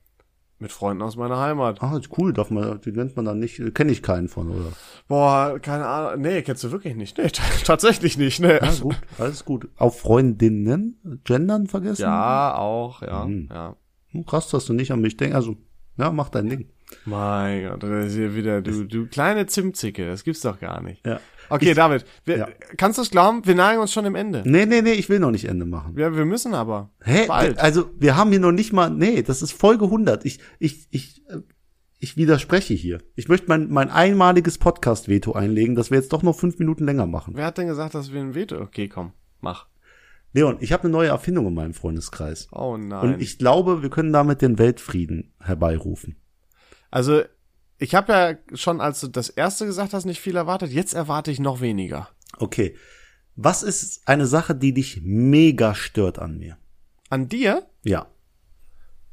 Mit Freunden aus meiner Heimat.
Ah, cool, darf man, den nennt man dann nicht, kenne ich keinen von, oder?
Boah, keine Ahnung. Nee, kennst du wirklich nicht. Nee, t- tatsächlich nicht. ne? Nee.
Ja, gut, alles gut. Auf Freundinnen? Gendern vergessen?
Ja, auch, ja, ja.
Hm, Krass, dass du nicht an mich denkst. Also, ja, mach dein Ding.
Mein Gott, das ist hier wieder, du, du kleine Zimtzicke, das gibt's doch gar nicht.
Ja.
Okay, David, wir,
Ja. Mhm.
kannst du es glauben? Wir nagen uns schon im Ende.
Nee, nee, nee, ich will noch nicht Ende machen.
Ja, wir müssen aber.
Hä?
Bald.
Also, wir haben hier noch nicht mal, nee, das ist Folge 100. Ich, ich, ich, äh, ich widerspreche hier. Ich möchte mein, mein einmaliges Podcast-Veto einlegen, dass wir jetzt doch noch fünf Minuten länger machen.
Wer hat denn gesagt, dass wir ein Veto? Okay, komm, mach.
Leon, ich habe eine neue Erfindung in meinem Freundeskreis.
Oh nein.
Und ich glaube, wir können damit den Weltfrieden herbeirufen.
also, ich habe ja schon, als du das erste gesagt hast, nicht viel erwartet. Jetzt erwarte ich noch weniger.
Okay. Was ist eine Sache, die dich mega stört an mir?
An dir?
Ja.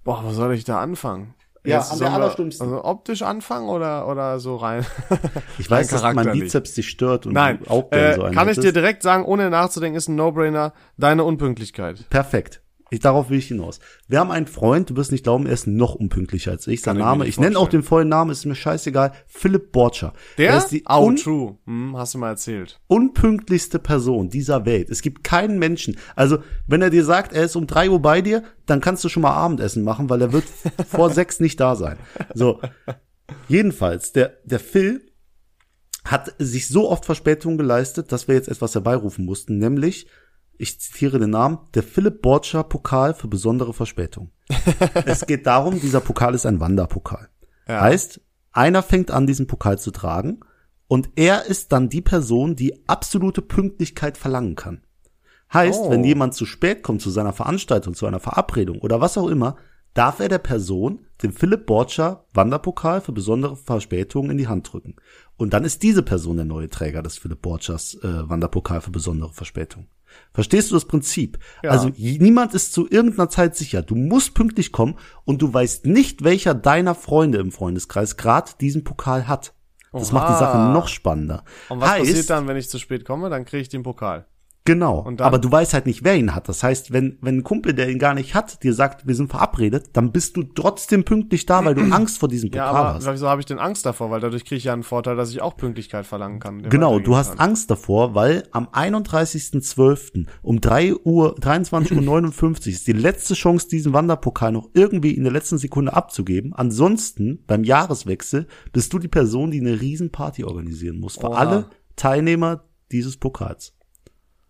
Boah, wo soll ich da anfangen?
Ja,
Jetzt
an der
sollen wir
allerschlimmsten.
Also optisch anfangen oder, oder so rein?
Ich weiß, dass
Rein
mein
charakterlich.
Bizeps dich stört und
Nein,
du auch gerne
äh,
so einen
kann ich dir
hättest.
direkt sagen, ohne nachzudenken, ist ein No-Brainer deine Unpünktlichkeit.
Perfekt. Ich, darauf will ich hinaus. Wir haben einen Freund, du wirst nicht glauben, er ist noch unpünktlicher als ich. Sein
ich mir
Name,
nicht
ich, nenne auch
vorstellen.
den vollen Namen, ist mir scheißegal. Philipp Borcher.
Der?
Er ist die
oh,
un
true. Hm, hast du mal erzählt.
unpünktlichste Person dieser Welt. Es gibt keinen Menschen. Also, wenn er dir sagt, er ist um drei Uhr bei dir, dann kannst du schon mal Abendessen machen, weil er wird vor sechs nicht da sein. So. Jedenfalls, der, der Phil hat sich so oft Verspätungen geleistet, dass wir jetzt etwas herbeirufen mussten, nämlich, ich zitiere den Namen, der Philipp Borcher Pokal für besondere Verspätung. es geht darum, dieser Pokal ist ein Wanderpokal. Heißt, einer fängt an, diesen Pokal zu tragen und er ist dann die Person, die absolute Pünktlichkeit verlangen kann. Heißt,
Oh.
wenn jemand zu spät kommt zu seiner Veranstaltung, zu einer Verabredung oder was auch immer, darf er der Person den Philipp Borcher Wanderpokal für besondere Verspätungen in die Hand drücken. Und dann ist diese Person der neue Träger des Philipp Borchers äh, Wanderpokal für besondere Verspätungen. Verstehst du das Prinzip? Also j- niemand ist zu irgendeiner Zeit sicher. Du musst pünktlich kommen und du weißt nicht, welcher deiner Freunde im Freundeskreis gerade diesen Pokal hat. Das macht die
Oha.
Sache noch spannender.
Und was passiert dann, wenn ich zu spät komme? Dann kriege ich den Pokal.
Genau.
dann?
aber du weißt halt nicht, wer ihn hat. Das heißt, wenn, wenn ein Kumpel, der ihn gar nicht hat, dir sagt, wir sind verabredet, dann bist du trotzdem pünktlich da, weil du Angst vor diesem
Ja,
Pokal
aber
hast.
wieso habe ich denn Angst davor? Weil dadurch kriege ich ja einen Vorteil, dass ich auch Pünktlichkeit verlangen kann. der
Genau,
weitergehen
du hast
kann.
Angst davor, weil am 31.12. um 3 Uhr, 23.59 Uhr ist die letzte Chance, diesen Wanderpokal noch irgendwie in der letzten Sekunde abzugeben. Ansonsten, beim Jahreswechsel, bist du die Person, die eine Riesenparty organisieren muss. Für
Oha.
alle Teilnehmer dieses Pokals.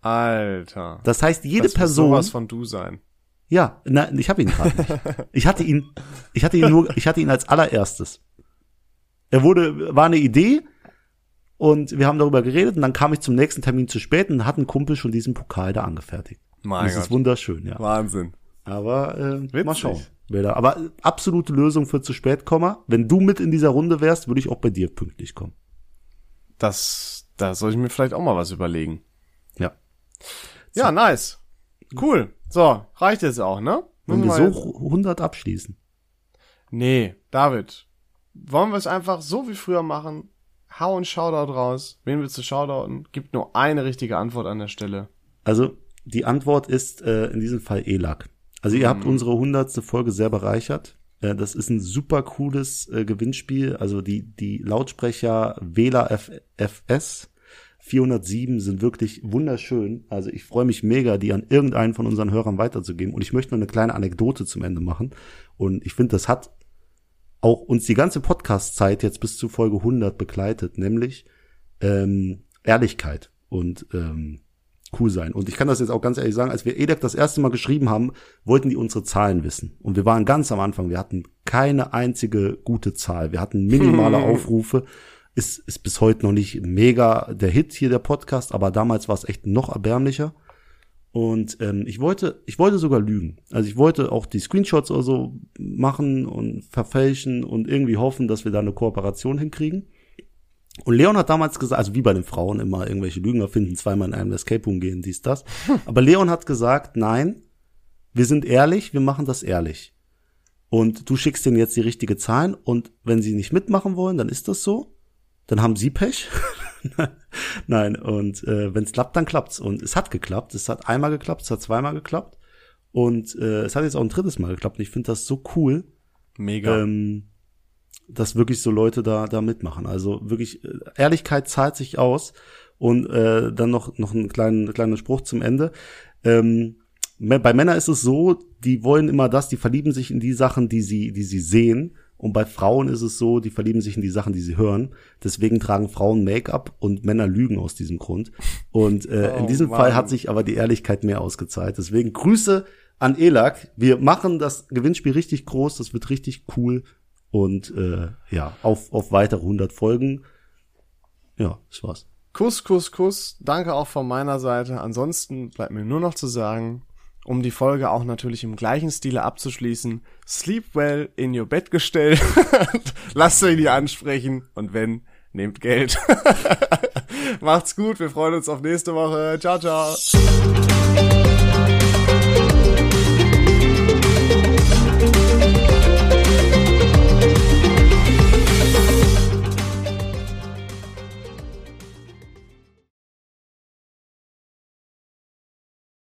Alter.
Das heißt, jede
muss
Person.
sowas von du sein.
Ja, na, ich habe ihn gerade nicht. Ich hatte ihn, ich hatte ihn nur, ich hatte ihn als allererstes. Er wurde, war eine Idee und wir haben darüber geredet und dann kam ich zum nächsten Termin zu spät und hat ein Kumpel schon diesen Pokal da angefertigt.
Mein
das ist
Gott.
wunderschön, ja.
Wahnsinn.
Aber äh,
Witzig.
mal schauen. Wer da, aber äh, absolute Lösung für zu spät kommen. Wenn du mit in dieser Runde wärst, würde ich auch bei dir pünktlich kommen.
Das, da soll ich mir vielleicht auch mal was überlegen.
Ja.
Ja, nice. Cool. So, reicht jetzt auch, ne?
Wenn wir
Müssen
so
jetzt-
100 abschließen.
Nee, David. Wollen wir es einfach so wie früher machen? Hau einen Shoutout raus. Wen willst du shoutouten? Gibt nur eine richtige Antwort an der Stelle.
Also die Antwort ist äh, in diesem Fall ELAC. Also ihr habt unsere hundertste Folge sehr bereichert. Äh, das ist ein super cooles äh, Gewinnspiel. Also die, die Lautsprecher Wähler F FS 407 sind wirklich wunderschön. Also ich freue mich mega, die an irgendeinen von unseren Hörern weiterzugeben. Und ich möchte noch eine kleine Anekdote zum Ende machen. Und ich finde, das hat auch uns die ganze Podcast-Zeit jetzt bis zu Folge 100 begleitet, nämlich ähm, Ehrlichkeit und ähm, cool sein. Und ich kann das jetzt auch ganz ehrlich sagen, als wir EDEC das erste Mal geschrieben haben, wollten die unsere Zahlen wissen. Und wir waren ganz am Anfang, wir hatten keine einzige gute Zahl. Wir hatten minimale Aufrufe. Ist, ist bis heute noch nicht mega der Hit hier, der Podcast, aber damals war es echt noch erbärmlicher. Und ähm, ich wollte, ich wollte sogar lügen. Also ich wollte auch die Screenshots oder so machen und verfälschen und irgendwie hoffen, dass wir da eine Kooperation hinkriegen. Und Leon hat damals gesagt, also wie bei den Frauen immer, irgendwelche Lügen erfinden, zweimal in einem Escape Room gehen, dies, das. Aber Leon hat gesagt, nein, wir sind ehrlich, wir machen das ehrlich. Und du schickst denen jetzt die richtige Zahlen und wenn sie nicht mitmachen wollen, dann ist das so. Dann haben sie Pech. Nein, und äh, wenn es klappt, dann klappt's. Und es hat geklappt. Es hat einmal geklappt, es hat zweimal geklappt. Und äh, es hat jetzt auch ein drittes Mal geklappt. Und ich finde das so cool,
Mega.
ähm, dass wirklich so Leute da, da mitmachen. Also wirklich, äh, Ehrlichkeit zahlt sich aus. Und äh, dann noch, noch einen kleinen, kleinen Spruch zum Ende. Ähm, mä- bei Männern ist es so, die wollen immer das, die verlieben sich in die Sachen, die sie, die sie sehen. Und bei Frauen ist es so, die verlieben sich in die Sachen, die sie hören. Deswegen tragen Frauen Make-up und Männer lügen aus diesem Grund. Und äh, in
Oh,
diesem
Mann.
Fall hat sich aber die Ehrlichkeit mehr ausgezahlt. Deswegen Grüße an Elak. Wir machen das Gewinnspiel richtig groß. Das wird richtig cool. Und äh, ja, auf, auf weitere 100 Folgen. Ja, das war's.
Kuss, Kuss, Kuss. Danke auch von meiner Seite. Ansonsten bleibt mir nur noch zu sagen, um die Folge auch natürlich im gleichen Stile abzuschließen, sleep well in your bed gestellt. Lasst euch nicht ansprechen und wenn, nehmt Geld. Macht's gut, wir freuen uns auf nächste Woche. Ciao, ciao.